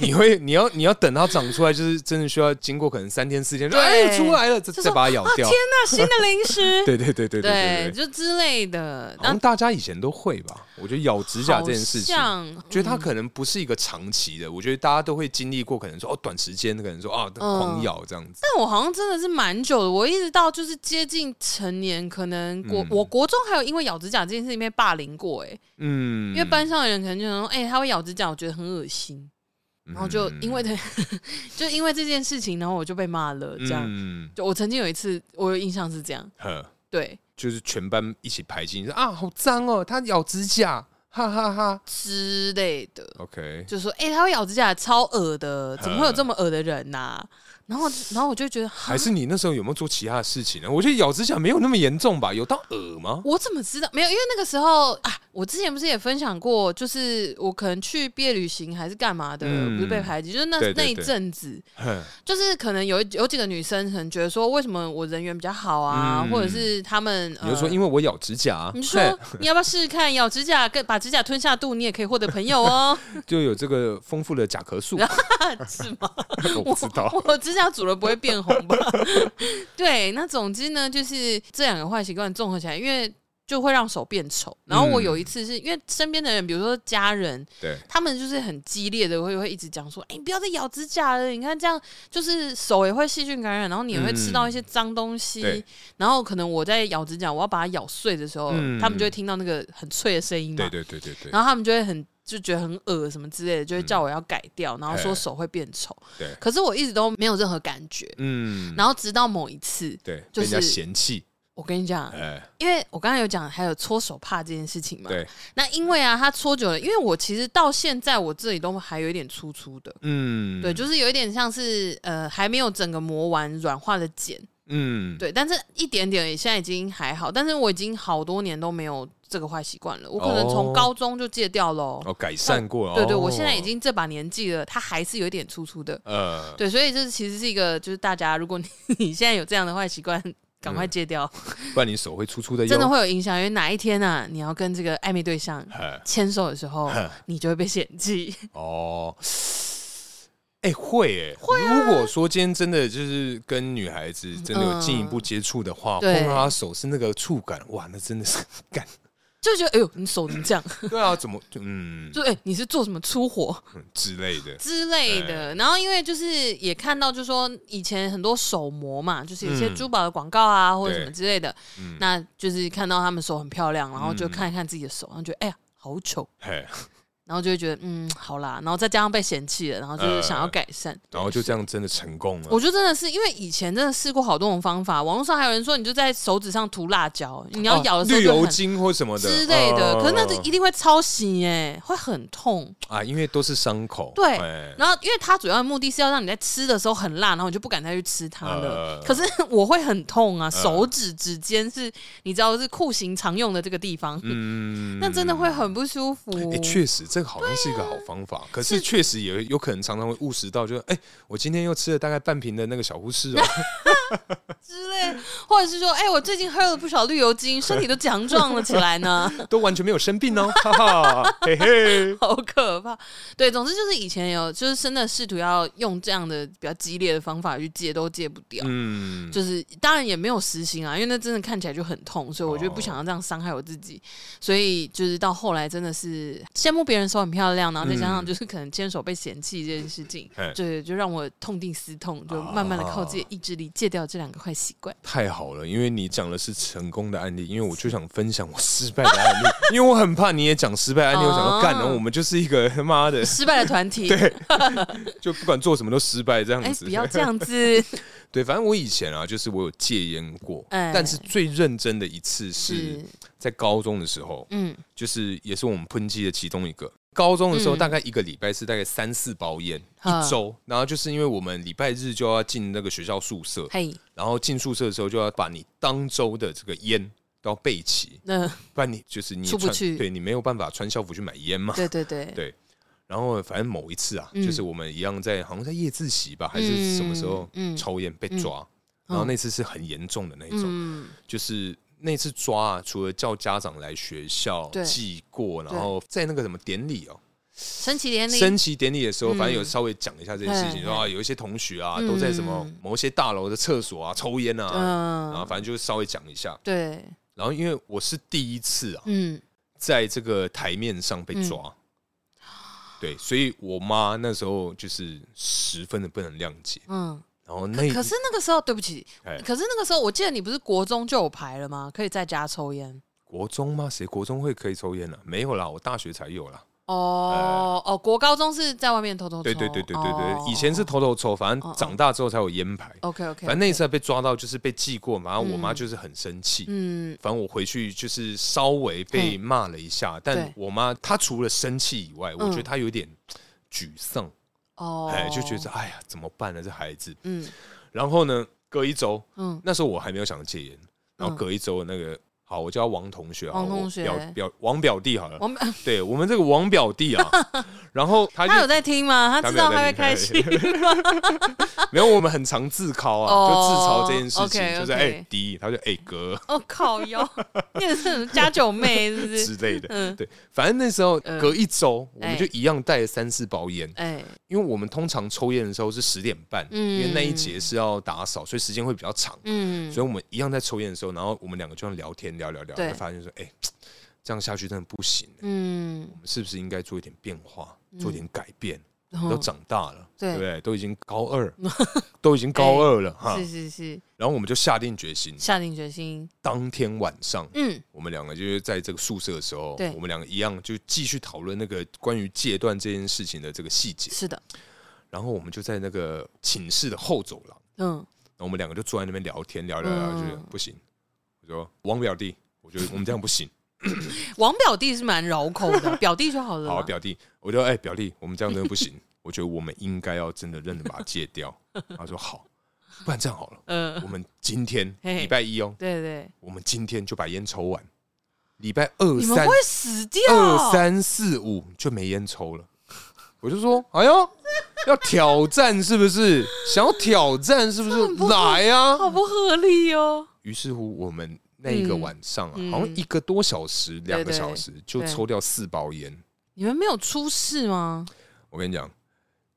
你会，你要，你要等它长出来，就是真的需要经过可能三天四天，说对哎出来了，再就啊再把它咬掉。那新的零食，对对对对对对对，就之类的。好像大家以前都会吧？我觉得咬指甲这件事情，好像嗯觉得它可能不是一个长期的，我觉得大家都会经历过，可能说哦短时间，可能说嗯啊狂咬这样子。但我好像真的是蛮久的，我一直到就是接近成年，可能国、嗯我国中还有因为咬指甲这件事情被霸凌过、欸，嗯，因为班上的人可能就想说，哎、他会咬指甲，我觉得很恶心，然嗯后就因为他， [LAUGHS] 就因为这件事情，然后我就被骂了，这样。嗯，就我曾经有一次，我有印象是这样，呵，对就是全班一起排进，说啊好脏哦，它咬指甲，哈哈哈。之类的， OK，就说，哎、他会咬指甲，超恶的，怎么会有这么恶的人呐、然后，然后我就觉得，哈还是你那时候有没有做其他的事情呢？我觉得咬指甲没有那么严重吧，有到呃耳吗？我怎么知道？没有，因为那个时候啊，我之前不是也分享过，就是我可能去毕业旅行还是干嘛的，嗯不是被排挤，就是那对对对那一阵子，哼就是可能有一有几个女生可能觉得说，为什么我人缘比较好啊，嗯或者是她们，你就说呃因为我咬指甲，啊 [LAUGHS] 你说嘿你要不要试试看咬指甲，跟把指甲吞下肚，你也可以获得朋友哦， [LAUGHS] 就有这个丰富的甲壳素，啊是吗？我不知道。 [LAUGHS] 我 [LAUGHS] 我指甲煮了不会变红吧？ [LAUGHS] 对，那总之呢，就是这两个坏习惯综合起来，因为就会让手变丑。然后我有一次是因为身边的人，比如说家人，对，他们就是很激烈的会会一直讲说，哎、你不要再咬指甲了，你看这样就是手也会细菌感染，然后你也会吃到一些脏东西。对然后可能我在咬指甲，我要把它咬碎的时候，嗯他们就会听到那个很脆的声音嘛，对对对对对然后他们就会很就觉得很恶什么之类的，就会叫我要改掉，然后说哎手会变丑。对，可是我一直都没有任何感觉。嗯，然后直到某一次，对，就被人家是嫌弃，我跟你讲，哎，因为我刚刚有讲还有搓手帕这件事情嘛，对，那因为啊，它搓久了，因为我其实到现在我这里都还有一点粗粗的，嗯，对，就是有一点像是呃还没有整个磨完软化的茧，嗯，对，但是一点点，现在已经还好。但是我已经好多年都没有这个坏习惯了，我可能哦从高中就戒掉喽。哦，改善过了。对对，哦我现在已经这把年纪了，它还是有一点粗粗的。呃，对，所以这其实是一个，就是大家，如果你 [LAUGHS] 你现在有这样的坏习惯，赶嗯快戒掉，不然你手会粗粗的哟，真的会有影响。因为哪一天啊，你要跟这个暧昧对象嘿。牵手的时候，你就会被嫌弃。 [LAUGHS] 哦，哎、会哎、啊如果说今天真的就是跟女孩子真的有进一步接触的话，碰嗯对到她手是那个触感，哇，那真的是 [LAUGHS] 感。就觉得哎呦，你手怎么这样？ [LAUGHS] 对啊，怎么嗯就哎、你是做什么粗活？嗯之类的？之类哎的。然后因为就是也看到，就是说以前很多手模嘛，就是有些嗯珠宝的广告啊，或者对嗯什么之类的，那就是看到他们手很漂亮，然后就看一看自己的手，然后觉得哎呀好丑，嘿，然后就会觉得嗯好啦，然后再加上被嫌弃了，然后就是呃想要改善，然后就这样真的成功了。我觉得真的是因为以前真的试过好多种方法，网络上还有人说你就在手指上涂辣椒，你要哦咬的时候绿就很油精或什么的之类的，嗯可是那就一定会抄袭耶，会很痛。啊，因为都是伤口。对哎然后，因为它主要的目的是要让你在吃的时候很辣，然后你就不敢再去吃它了。呃可是 [LAUGHS] 我会很痛啊，手指指尖是，你知道是酷刑常用的这个地方，嗯 [LAUGHS] 那真的会很不舒服。哎、确实，这个好像是一个啊好方法，可是确实也有可能常常会误食到，就是哎、我今天又吃了大概半瓶的那个小护士哦， [LAUGHS] 之类，或者是说，哎、我最近喝了不少绿油 [LAUGHS] 精，身体都强壮了起来呢，都完全没有生病哦，哈哈，嘿嘿，好可怕。对，总之就是以前有，就是真的试图要用这样的比较激烈的方法去戒，都戒不掉。嗯，就是当然也没有实行啊，因为那真的看起来就很痛，所以我就不想要这样伤害我自哦己，所以就是到后来真的是羡慕别人手很漂亮，然后再加上就是可能牵手被嫌弃这件事情，嗯嘿对，就让我痛定思痛，就慢慢的靠自己的意哦志力戒掉这两个坏习惯。太好了，因为你讲的是成功的案例，因为我就想分享我失败的案例，因为我很怕你也讲失败案例，我想要哦干，然后我们就是一个他妈的，失败的团 [LAUGHS] 体，就不管做什么都失败这样哎，子不。要这样子，对，反正我以前啊，就是我有戒烟过，哎但是最认真的一次是是，在高中的时候，嗯，就是也是我们喷剂的其中一个。高中的时候，嗯大概一个礼拜是大概三四包烟哈一周，然后就是因为我们礼拜日就要进那个学校宿舍，嘿，然后进宿舍的时候就要把你当周的这个烟都要备齐， [LAUGHS] 那不然你就是你也出不穿去对你没有办法穿校服去买烟嘛。对对对，对然后反正某一次啊，嗯就是我们一样在好像在夜自习吧，还是什么时候嗯嗯抽烟被抓，然后那次是很严重的那一种，嗯，就是。那次抓啊，除了叫家长来学校对记过，然对后在那个什么典礼哦、升旗典礼，升旗典礼的时候，嗯反正有稍微讲一下这件事情，嗯说啊，有一些同学啊嗯都在什么某些大楼的厕所啊抽烟啊，然后嗯，反正就稍微讲一下。对，然后因为我是第一次啊，嗯，在这个台面上被抓，嗯对，所以我妈那时候就是十分的不能谅解。嗯。然后那一可是那个时候，对不起哎，可是那个时候，我记得你不是国中就有牌了吗？可以在家抽烟。国中吗？谁国中会可以抽烟了、啊没有啦，我大学才有啦。哦、哦，国高中是在外面偷偷抽。对对对对对对，哦以前是偷偷抽，反正长大之后才有烟牌。 OK OK，反正那一次被抓到就是被记过嘛，然后我妈嗯就是很生气。嗯反正我回去就是稍微被骂了一下，但我妈她除了生气以外，我觉得她有点沮丧，嗯哦，哎、就觉得哎呀怎么办呢这孩子。嗯然后呢，隔一周，嗯那时候我还没有想戒烟，然后嗯隔一周那个。好，我叫王同学好了，王同我学表表王表弟好了。我们对我们这个王表弟 [LAUGHS] 啊，然后他就他有在听吗？他知道没有在听他会开心。 [LAUGHS] 没有我们很常自考啊，哦就自嘲这件事情， OK，OK 就是哎弟，他就哎 [LAUGHS] 哥哦靠腰，那个是什么家九妹是 [LAUGHS] 不之是？类的。嗯，对，反正那时候嗯隔一周，我们哎就一样带了三四包烟，哎、因为我们通常抽烟的时候是十点半，因嗯为那一节是要打扫，所以时间会比较长，嗯所以我们一样在抽烟的时候，然后我们两个就这样聊天聊聊聊，对就发现说，哎、这样下去真的不行，嗯，我们是不是应该做一点变化，嗯做一点改变？然都长大了，哦对不对？都已经高 [LAUGHS] 二，都已经高二了哈。哎是是是，然后我们就下定决心，下定决心。当天晚上。嗯我们两个就是在这个宿舍的时候对，我们两个一样就继续讨论那个关于戒断这件事情的这个细节。是的，然后我们就在那个寝室的后走廊，嗯然后我们两个就坐在那边聊天，聊聊聊，嗯就是不行。我说王表弟，我觉得我们这样不行。王表弟是蛮绕口的，表弟就好了啦。好，表弟，我就哎、表弟，我们这样真的不行。我觉得我们应该要真的认真把它戒掉。他说好，不然这样好了，呃，我们今天嘿礼拜一哦，对对，我们今天就把烟抽完，礼拜二你们三会死掉。二三四五就没烟抽了。我就说，哎呦，要挑战是不是？想要挑战是不这是很不？来呀、好啊！不合理哦！于是乎，我们那一个晚上、啊嗯好像一个多小时、两个对小时就对抽掉四包烟。你们没有出事吗？我跟你讲，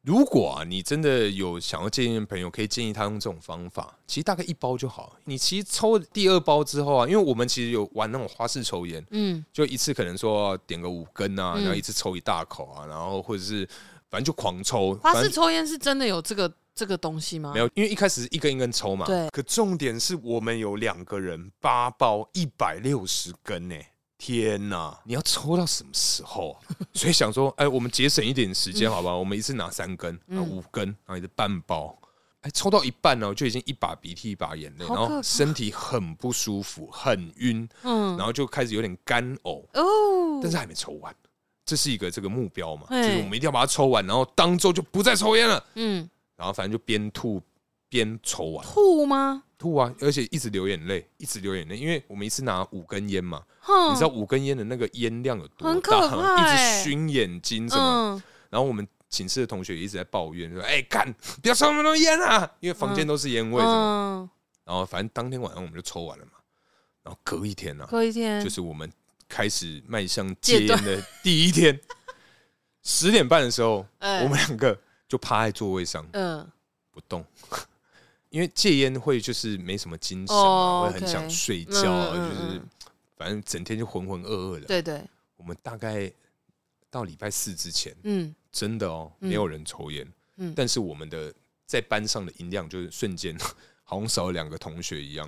如果啊，你真的有想要戒烟的朋友，可以建议他用这种方法，其实大概一包就好。你其实抽第二包之后啊，因为我们其实有玩那种花式抽烟，嗯，就一次可能说点个五根啊，嗯然后一次抽一大口啊，然后或者是反正就狂抽，花反式正抽烟是真的有这个这个东西吗？没有，因为一开始是一根一根抽嘛。对可重点是我们有两个人八包一百六十根呢、欸天呐，你要抽到什么时 [LAUGHS] 候啊、所以想说，哎，我们节省一点时间，好吧？我们一次拿三根、啊、嗯五根，然后也是半包。哎，抽到一半呢，我就已经一把鼻涕一把眼泪，好然可后怕身体很不舒服，很晕，嗯然，后就开始有点干呕。哦，但是还没抽完，这是一个这个目标嘛，就嘿是我们一定要把它抽完，然后当周就不再抽烟了。嗯，然后反正就边吐边抽完，吐吗？吐啊，而且一直流眼泪，一直流眼泪，因为我们一次拿五根烟嘛，哼，你知道五根烟的那个烟量有多嗯很大可吗，怕一直欸熏眼睛什么。嗯，然后我们寝室的同学也一直在抱怨说：“哎，干，不要抽那么多烟啊！”因为房间都是烟味什么。嗯，然后反正当天晚上我们就抽完了嘛，然后隔一天呢、啊，隔一天就是我们开始迈向戒戒烟的第一 [LAUGHS] 天，十点半的时候，哎我们两个就趴在座位上嗯，不动， [LAUGHS] 因为戒烟会就是没什么精神嘛，哦会很 OK 想睡觉啊，嗯嗯就嗯是反正整天就浑浑噩噩的。对对，我们大概到礼拜四之前，嗯，真的哦，嗯没有人抽烟，嗯但是我们的在班上的音量就是瞬间 [LAUGHS] 好像少了两个同学一样，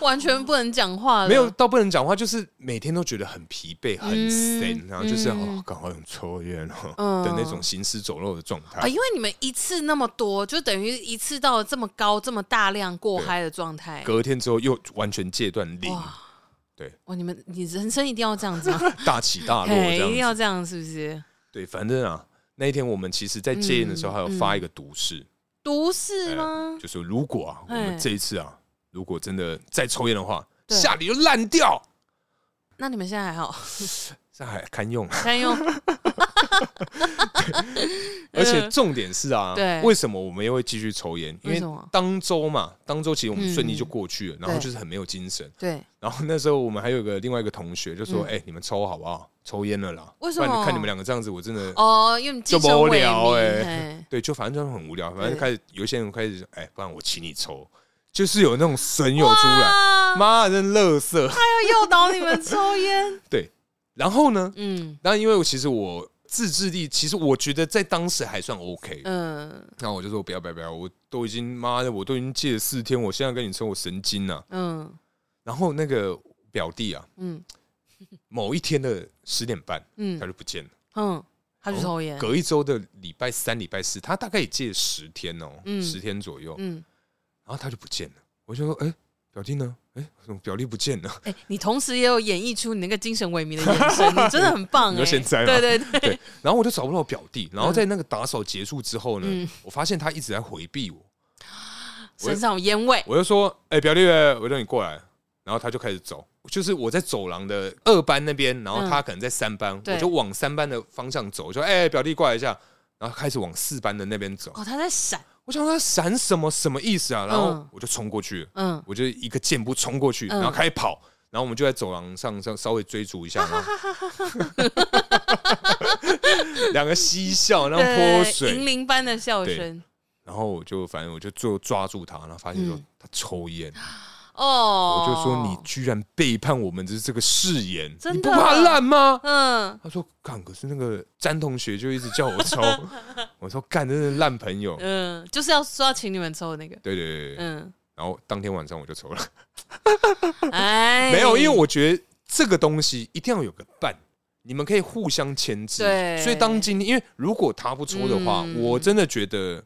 完全不能讲话了，没有，到不能讲话，就是每天都觉得很疲惫、很嗯闲、然后就是、嗯哦，刚好有抽烟哦、嗯的那种行尸走肉的状态。啊，因为你们一次那么多，就等于一次到了这么高、这么大量过嗨的状态。隔天之后又完全戒断零，哇对，哇，你们你人生一定要这样子吗，大起大落嘿，一这定样要子。哎这样，是不是？对，反正啊，那一天我们其实在戒烟的时候，嗯还有发一个毒誓，毒誓吗？就是如果啊，我哎们这一次啊，如果真的再抽烟的话，对下里就烂掉，那你们现在还好？这还堪用。堪用， [LAUGHS] 而且重点是啊，对为什么我们又会继续抽烟？因呃为什么当周嘛，当周其实我们顺利就嗯过去了，然后对就是很没有精神。对，然后那时候我们还有个另外一个同学就说：“嗯哎、你们抽好不好？抽烟了啦！为什么不然看你们两个这样子，我真的、哦，因为你们就精神无萎聊靡欸嘿对，就反正就很无聊。反正对开始有些人开始哎、不然我请你抽，就是有那种神友出来，啊，妈的，真乐色。要诱导你们抽 [LAUGHS] 烟，对，然后呢？嗯那因为我其实我自制力，其实我觉得在当时还算 OK。嗯那我就说不要不要不要，我都已经妈的，我都已经戒了四天，我现在跟你抽，我神经啊！嗯然后那个表弟啊，嗯某一天的十点半，他嗯就不见了。嗯，他去抽烟，隔一周的礼拜三、礼拜四，他大概也戒十天哦，嗯十天左右，嗯，然后他就不见了。我就说，哎、表弟呢？哎、怎么表弟不见了？ [LAUGHS] 哎，你同时也有演绎出你那个精神萎靡的眼神，你真的很 [LAUGHS] 棒你说哎，现在吗对对对，对，然后我就找不到表弟。然后嗯在那个打扫结束之后呢，嗯我发现他一直在回避我。身上有烟味，我就说，哎、表弟，我叫你过来。然后他就开始走，就是我在走廊的二班那边，然后他可能在三班，嗯对我就往三班的方向走，我就哎、表弟过来一下。然后开始往四班的那边走，哦，他在闪，我想说他闪什么什么意思啊？然后嗯我就冲过去了。嗯，我就一个箭步冲过去，嗯然后开始跑，然后我们就在走廊上上稍微追逐一下， [LAUGHS] 然后两个嬉笑，然后泼对银水，铃般的笑声，然后我就反正我就最后抓住他，然后发现说嗯他抽烟，哦，我就说你，居然背叛我们的这个誓言，真你的啊不怕烂吗？嗯他说干，可是那个詹同学就一直叫 [LAUGHS] 我抽，我说干，真是烂朋友。嗯，就是要说要请你们抽的那个，对对对对对，嗯，然后当天晚上我就抽了，哎，没有，因为我觉得这个东西一定要有个伴，你们可以互相牵制。对所以当今天，因为如果他不抽的话，嗯我真的觉得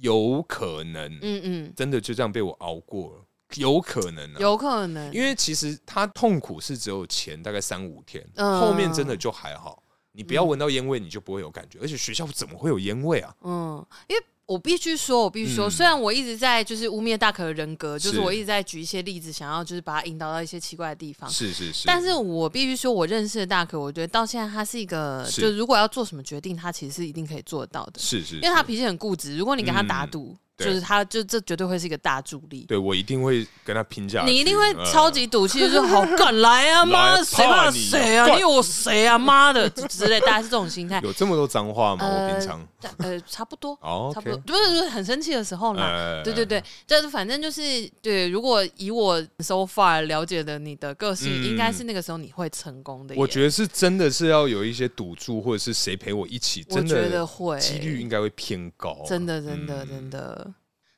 有可能，嗯嗯，真的就这样被我熬过了，有可能、啊。有可能，因为其实他痛苦是只有前大概三五天，嗯后面真的嗯就还好。你不要闻到烟味，你就不会有感觉。而且学校怎么会有烟味啊？嗯，因为我必须说，我必须说，嗯虽然我一直在就是污蔑大可的人格，就是是我一直在举一些例子，想要就是把他引导到一些奇怪的地方。是是是，但是我必须说，我认识的大可，我觉得到现在他是一个，是就如果要做什么决定，他其实是一定可以做得到的，是是，因为他是脾气很固执。如果你跟他打嗯赌，对就是他就这绝对会是一个大助力。对我一定会跟他拼价，你一定会呃超级赌气，就说好敢来啊，[LAUGHS] 妈来的，啊谁怕怕你啊谁啊？干你有我谁啊？妈的之之类，大家是这种心态。有这么多脏话吗？我呃平常但呃，差不多，哦差不多， ，OK，就是就是很生气的时候啦。呃对对，对，就是反正就是对。如果以我 so far 了解的你的个性，嗯应该是那个时候你会成功的耶。我觉得是真的是要有一些赌注，或者是谁陪我一起，我真觉的得会，几率应该会偏高，真的真的嗯真的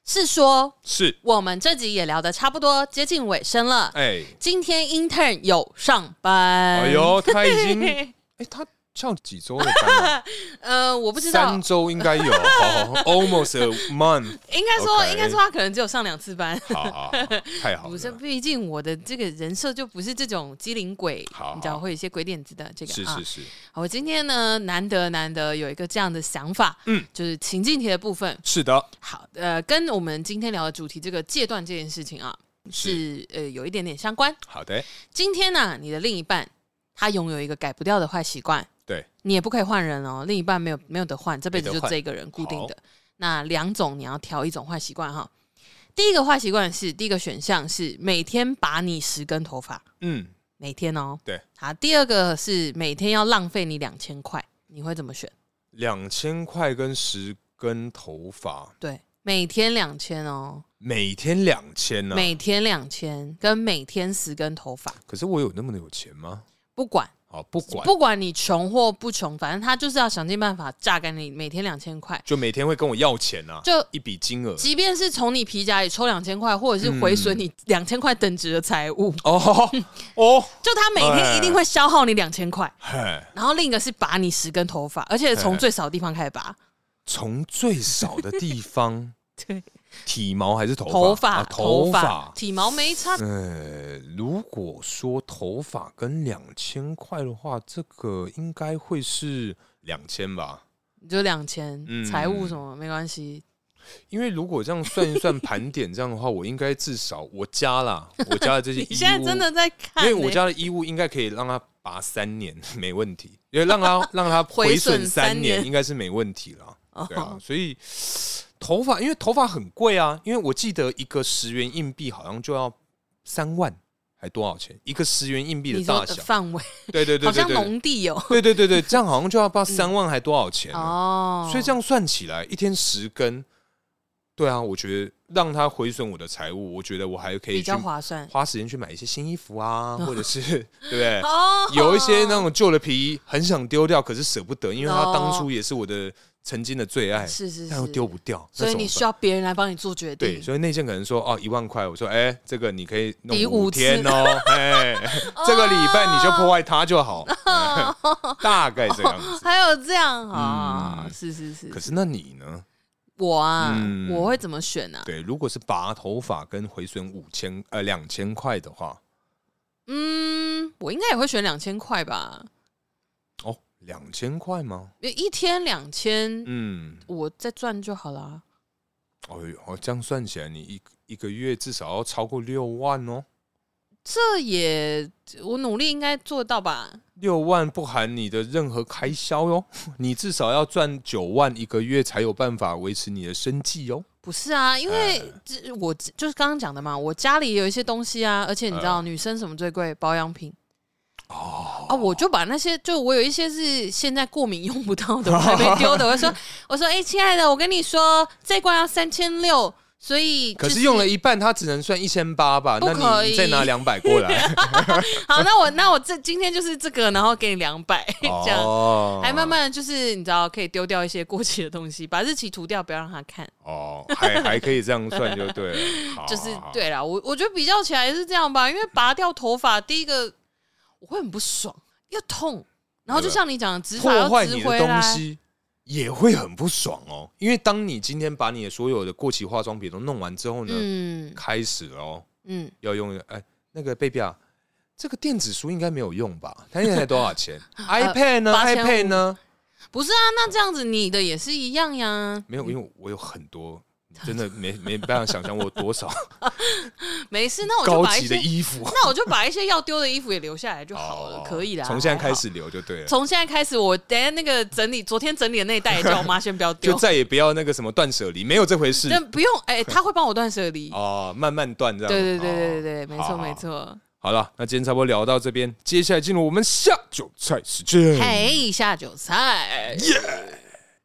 是说，是我们这集也聊的差不多接近尾声了。 [LAUGHS] 哎今天 intern 有上班，哎呦，他已 [LAUGHS] 经哎他上几周了班啊？呃，我 [LAUGHS] 不知道三，周应该有，好好好，almost a [LAUGHS] month，应该说 OK 应该说他可能只有上两次班。好好好，太好不是，了，毕竟我的这个人设就不是这种机灵鬼，好你知道好会有一些鬼点子的这个是啊是。是好我今天呢，难得难得有一个这样的想法，嗯，就是情境题的部分。是的，好，呃，跟我们今天聊的主题这个戒断这件事情啊，是呃有一点点相关。好的，今天呢、你的另一半他拥有一个改不掉的坏习惯，对你也不可以换人哦，另一半没有没有得换，这辈子没就得换这个人固定的。那两种你要挑一种坏习惯哈。第一个坏习惯是第一个选项是每天拔你十根头发，嗯，每天哦。对。好，第二个是每天要浪费你两千块，你会怎么选？两千块跟十根头发，对，每天两千哦，每天两千呢，每天两千跟每天十根头发，可是我有那么有钱吗？不管好，不管，不管你穷或不穷，反正他就是要想尽办法榨干你每天两千块。就每天会跟我要钱啊，就一笔金额。即便是从你皮夹里抽两千块，或者是回损嗯你两千块等值的财物， [LAUGHS] 哦哦，就他每天一定会消耗你两千块。嘿，然后另一个是拔你十根头发，而且从最少的地方开始拔，从最少的地方， [LAUGHS] 对，体毛还是头发？头发、啊头发发、。体毛没差，呃，如果说头发跟两千块的话，这个应该会是两千吧？你就两千，嗯财务什么没关系。因为如果这样算一 [LAUGHS] 算盘点这样的话，我应该至少我家啦，我家的这些衣物， [LAUGHS] 你现在真的在看、 [LAUGHS] 因为欸，我家的衣物应该可以让它拔三年， [LAUGHS] 没问题。因为让它 [LAUGHS] 让它回回损损三三年年，应该是没问题啦。对啊哦，所以头发，因为头发很贵啊，因为我记得一个十元硬币好像就要三万，还多少钱？一个十元硬币你的说大的小，范围对对对好对像对，农地哦，对对对对，这样好像就要报三万，还多少钱呢？哦，所以这样算起来，一天十根，对啊，我觉得让它回损我的财物，我觉得我还可以比去较划算花时间去买一些新衣服 [LAUGHS] 啊，或者是 [LAUGHS] 对不对？哦有一些那种旧的皮衣很想丢掉，可是舍不得，因为它当初也是我的曾经的最爱，是是是，但又丢不掉，所以那你怎需么办要别人来帮你做决定。对，所以那件可能说哦一万块，我说哎、这个你可以弄抵五哦五天哦， [LAUGHS] 哎，这个礼拜你就破坏它就好， [LAUGHS] 大概这样 [LAUGHS] 子。还有这样啊、嗯是是是可，是那你呢？我啊、嗯我会怎么选啊？对，如果是拔头发跟回损五千呃两千块的话，嗯，我应该也会选两千块吧，哦，两千块吗？因为一天两千、嗯，我再赚就好啦。哦哟，哦这样算起来，你一一个月至少要超过六万哦。这也我努力应该做到吧？六万不含你的任何开销哟， [LAUGHS] 你至少要赚九万一个月才有办法维持你的生计哟。不是啊，因为哎这我就是刚刚讲的嘛，我家里有一些东西啊，而且你知嗯道，女生什么最贵？保养品。哦啊，我就把那些，就我有一些是现在过敏用不 [LAUGHS] 到的，我还没丢的。我就说，我说，哎、亲爱的，我跟你说，这罐要三千六，所以、可是是用了一半，它只能算一千八吧？不那可你以你再拿两百过来， [LAUGHS] 好，那我那我这今天就是这个，然后给你两百， [LAUGHS] 这样。哦还慢慢地就是你知道，可以丢掉一些过期的东西，把日期涂掉，不要让他看。哦，还还可以这样算就对了，好 [LAUGHS] 就是好好对啦，我我觉得比较起来是这样吧，因为拔掉头发，第一个我会很不爽，又痛，然后就对吧啊像你讲的，植发破要啊坏植你回的来东，西也会很不爽哦。因为当你今天把你的所有的过期化妆品都弄完之后呢，嗯开始了哦，嗯，要用哎那个 baby 啊， [LAUGHS] 呃这个电子书应该没有用吧？它现在才多少钱？iPad 呢8500 ？iPad 呢？不是啊，那这样子你的也是一样呀，没有，因为我有很多，真的没没办法想象我有多少没事， [LAUGHS] 那我就高把一级的些，衣服。那我就把一些要丢的衣服也留下来就好了，哦可以啦。从现在还好开，始留就对了，从现在开始，我等一下那个整理，昨天整理的那一袋也叫我 [LAUGHS] 妈先不要就丢，再也不要那个什么断舍离，没有这回事但不用，哎，她会帮我断舍离。哦，慢慢断这样。对对对对对哦对，没好错好没错。好了，那今天差不多聊到这边，接下来进入我们下酒菜时间。嘿，下酒菜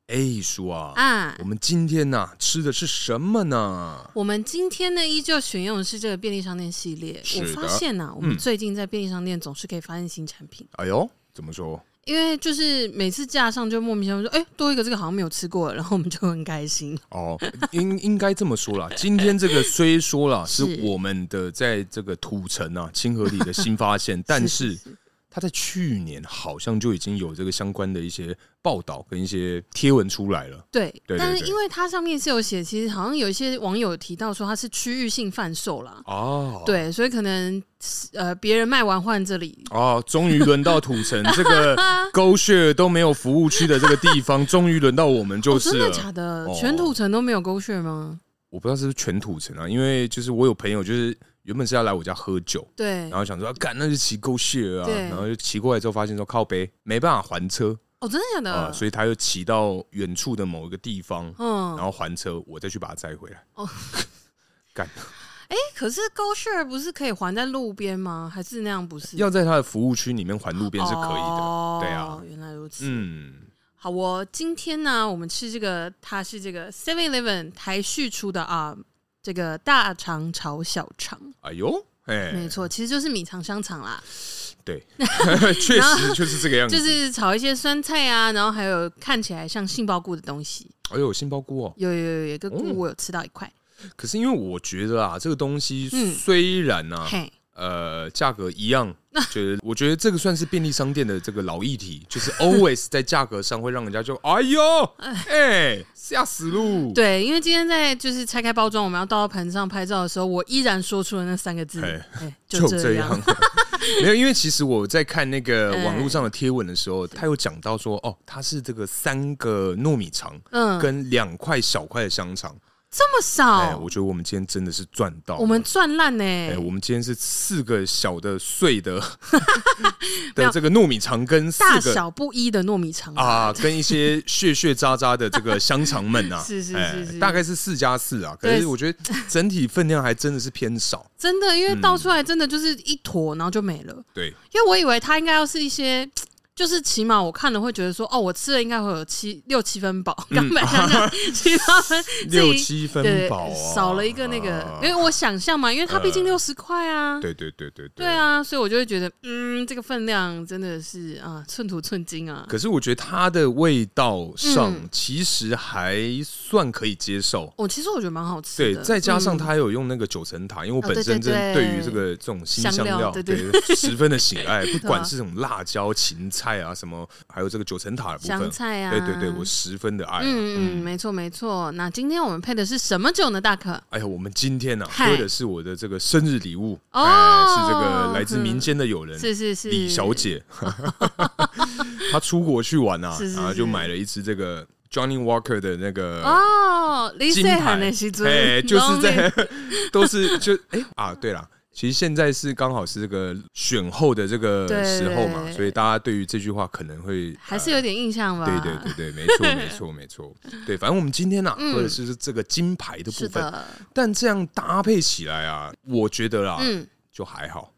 哎，叔啊，啊我！们今天呐、吃的是什么呢？我们今天呢，依旧选用的是这个便利商店系列。是我的发现啊呐、我们嗯最近在便利商店总是可以发现新产品，哎呦，怎么说？因为就是每次架上就莫名其妙说，哎、多一个这个好像没有吃过了，然后我们就很开心。 [LAUGHS] 哦，应应该这么说啦。今天这个虽说啦，是 [LAUGHS] 是我们的在这个土城啊清河里的新发 [LAUGHS] 现，但是它在去年好像就已经有这个相关的一些报道跟一些贴文出来了。对，对对但是对因为它上面是有写，其实好像有一些网友有提到说它是区域性贩售啦。哦，对，所以可能呃，别人卖完换这里，哦，终于轮到土 [LAUGHS] 城这个沟穴都没有服务区的这个地 [LAUGHS] 方，终于轮到我们就哦，是哦真了。的假的？哦全土城都没有狗血吗？我不知道是不是全土城啊，因为就是我有朋友就是原本是要来我家喝酒，对然，后想说啊干、那就骑沟穴啊，对然后就骑过来之后发现说靠北没办法还车哦，真的假的？啊、所以他又骑到远处的某一个地方，嗯然，后还车，我再去把他载回来。哦干可是 Go Share 不是可以还在路边吗？还是那样不是？要在他的服务区里面还路边是可以的，哦、对啊原来如此。嗯。好、哦，今天呢，我们吃这个，它是这个 Seven Eleven 台式出的啊，这个大肠炒小肠，哎呦，哎，没错，其实就是米肠香肠啦，对，确实就是这个样子。就是炒一些酸菜啊，然后还有看起来像杏鲍菇的东西，哎呦，杏鲍菇哦。有有有有一个菇嗯我有吃到一块，可是因为我觉得啊，这个东西嗯虽然啊，嘿，呃，价格一 [LAUGHS] 样，就是我觉得这个算是便利商店的这个老议题，就是 always 在价格上会让人家就哎呦，哎，吓死路。对，因为今天在就是拆开包装，我们要倒到盘子上拍照的时候，我依然说出了那三个字，嘿哎，就这这样， [LAUGHS] 没有，因为其实我在看那 [LAUGHS] 个哎网络上的贴文的时候，他有讲到说，哦，它是这个三个糯米肠嗯，跟两块小块的香肠，这么少，哎，我觉得我们今天真的是赚到了，我们赚烂呢。哎、我们今天是四个小的碎 [LAUGHS] 的没有的这个糯米肠跟四大个小不一的糯米肠啊，跟一些屑屑渣渣的这个香肠们啊， [LAUGHS] 是是哎是是大概是四加四啊。可对是我觉得整体分量还真的是偏少。真的，因为倒出来嗯真的就是一坨，然后就没了。对，因为我以为它应该要是一些，就是起码我看了会觉得说，哦，我吃了应该会有七六七 [LAUGHS] 分饱，刚本来想想七八分，自六己七对分饱、啊，少了一个那个，啊因为我想象嘛，因为它毕竟六十块 [LAUGHS] 啊。对对对对对。啊，所以我就会觉得，嗯，这个分量真的是啊，寸土寸金啊。可是我觉得它的味道上嗯其实还算可以接受。哦，其实我觉得蛮好吃对的。，再加上嗯它还有用那个九层塔，因为我哦本对身对真对对于这个这种新香香料料，对对对十分的喜 [LAUGHS] 爱，不管是这种辣椒、芹菜啊什么，还有这个九层塔的部香分，菜啊，对对对，我十分的爱啊。嗯嗯，没错没错。那今天我们配的是什么酒呢，大可？哎呀，我们今天呢、啊、嗨喝的是我的这个生日礼物，哦嗯哎，是这个来自民间的友人是是是，李小姐， [LAUGHS] 她出国去玩啊是是，然后就买了一支这个 Johnny Walker 的那个哦，李呃金岁牌涵的时阵，哎，就是拢在会 [LAUGHS] 都是就哎、啊，对了。其实现在是刚好是这个选后的这个对时候嘛，对所以大家对于这句话可能会还是有点印象吧？呃对对对对，没 [LAUGHS] 错没错没错，对，反正我们今天呢、啊嗯喝的是这个金牌的部是分，的，但这样搭配起来啊，我觉得啦、嗯，就还好，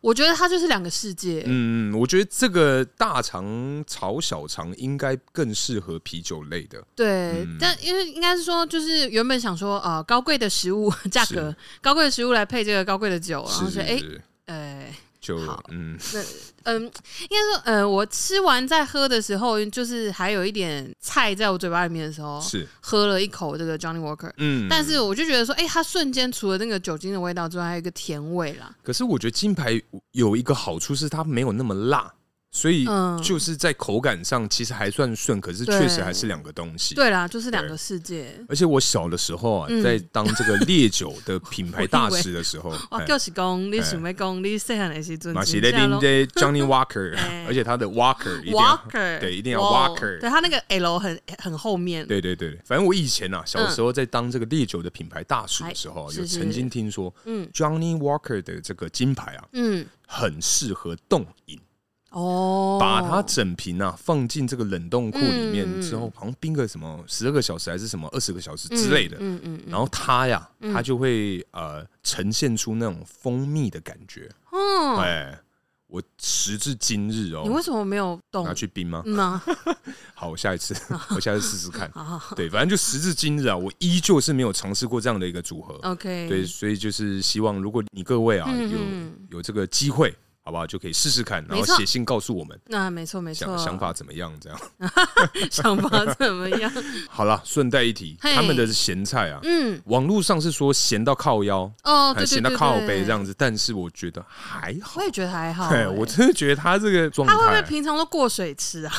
我觉得它就是两个世界，嗯，我觉得这个大肠炒小肠应该更适合啤酒类的，对。嗯但因为应该是说，就是原本想说，呃，高贵的食物价格，高贵的食物来配这个高贵的酒，然后是说，是哎，是，呃，就好嗯嗯，应该说，呃，我吃完再喝的时候，就是还有一点菜在我嘴巴里面的时候，是喝了一口这个 Johnny Walker，嗯，哦但是我就觉得说，哎、它瞬间除了那个酒精的味道之外，还有一个甜味啦。可是我觉得金牌有一个好处是它没有那么辣，所以嗯就是在口感上其实还算顺，可是对确实还是两个东西。对啦，就是两个世界。而且我小的时候啊，嗯在当这个烈酒 [LAUGHS] 的品牌大使的时候，哇，哎哦就是讲你想要讲你细汉的时阵，马西雷真丁正的 Johnny Walker， [LAUGHS] 哎而且他的 Walker 一定要 Walker，对，一定要哇 Walker，对他那个 L 很很后面，对对对，反正我以前啊，小时候在当这个烈酒的品牌大使的时候啊，哎有是是曾经听说，嗯 Johnny Walker 的这个金牌啊，嗯，很适合冻饮，哦，把它整瓶啊放进这个冷冻库里面嗯嗯之后，好像冰个什么十二个小时还是什么二十个小时之类的，嗯嗯嗯，然后它呀，它就会呃呈现出那种蜂蜜的感觉。嗯，哎，我时至今日你为哦，什么没有动拿？去冰吗？嗯啊，好，我下一次， [LAUGHS] 我下次试试看。好对，反正就时至今日啊，我依旧是没有尝试过这样的一个组合。[LAUGHS]，OK，对，所以就是希望如果你各位啊嗯嗯有有这个机会，好不好，就可以试试看，然后没错写信告诉我们那没错没错，想想法怎么样，这样。想法 [LAUGHS] 怎么样？好了，顺带一提，嘿他们的咸菜啊，嗯，网络上是说咸到靠腰，哦，还对对咸对到对，靠背这样子，但是我觉得还好我。也觉得还好、对，欸。我真的觉得他这个状他会不会态啊平常都过水吃啊？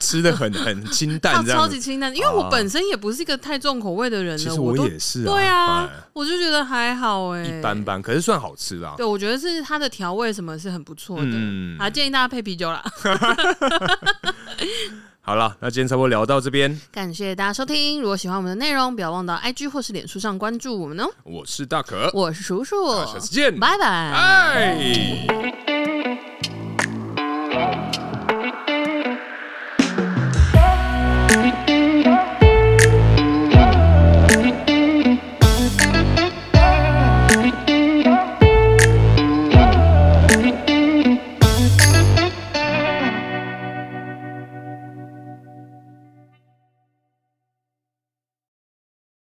吃的很很清他淡，这超样级子。啊清淡，因为我本身也不是一个太重口味的人了。其实我我都也是啊，对哎啊，我就觉得还好哎、一般。般，可是算好吃啦。对，我觉得是它的调味什么是很不错的。嗯好，建议大家配啤酒啦。好了，那今天差不多聊到这边， [LAUGHS] 感谢大家收听，如果喜欢我们的内容，不要忘到 IG 或是脸书上关注我们哦。我是大可，我是叔叔，下次见，拜拜。拜。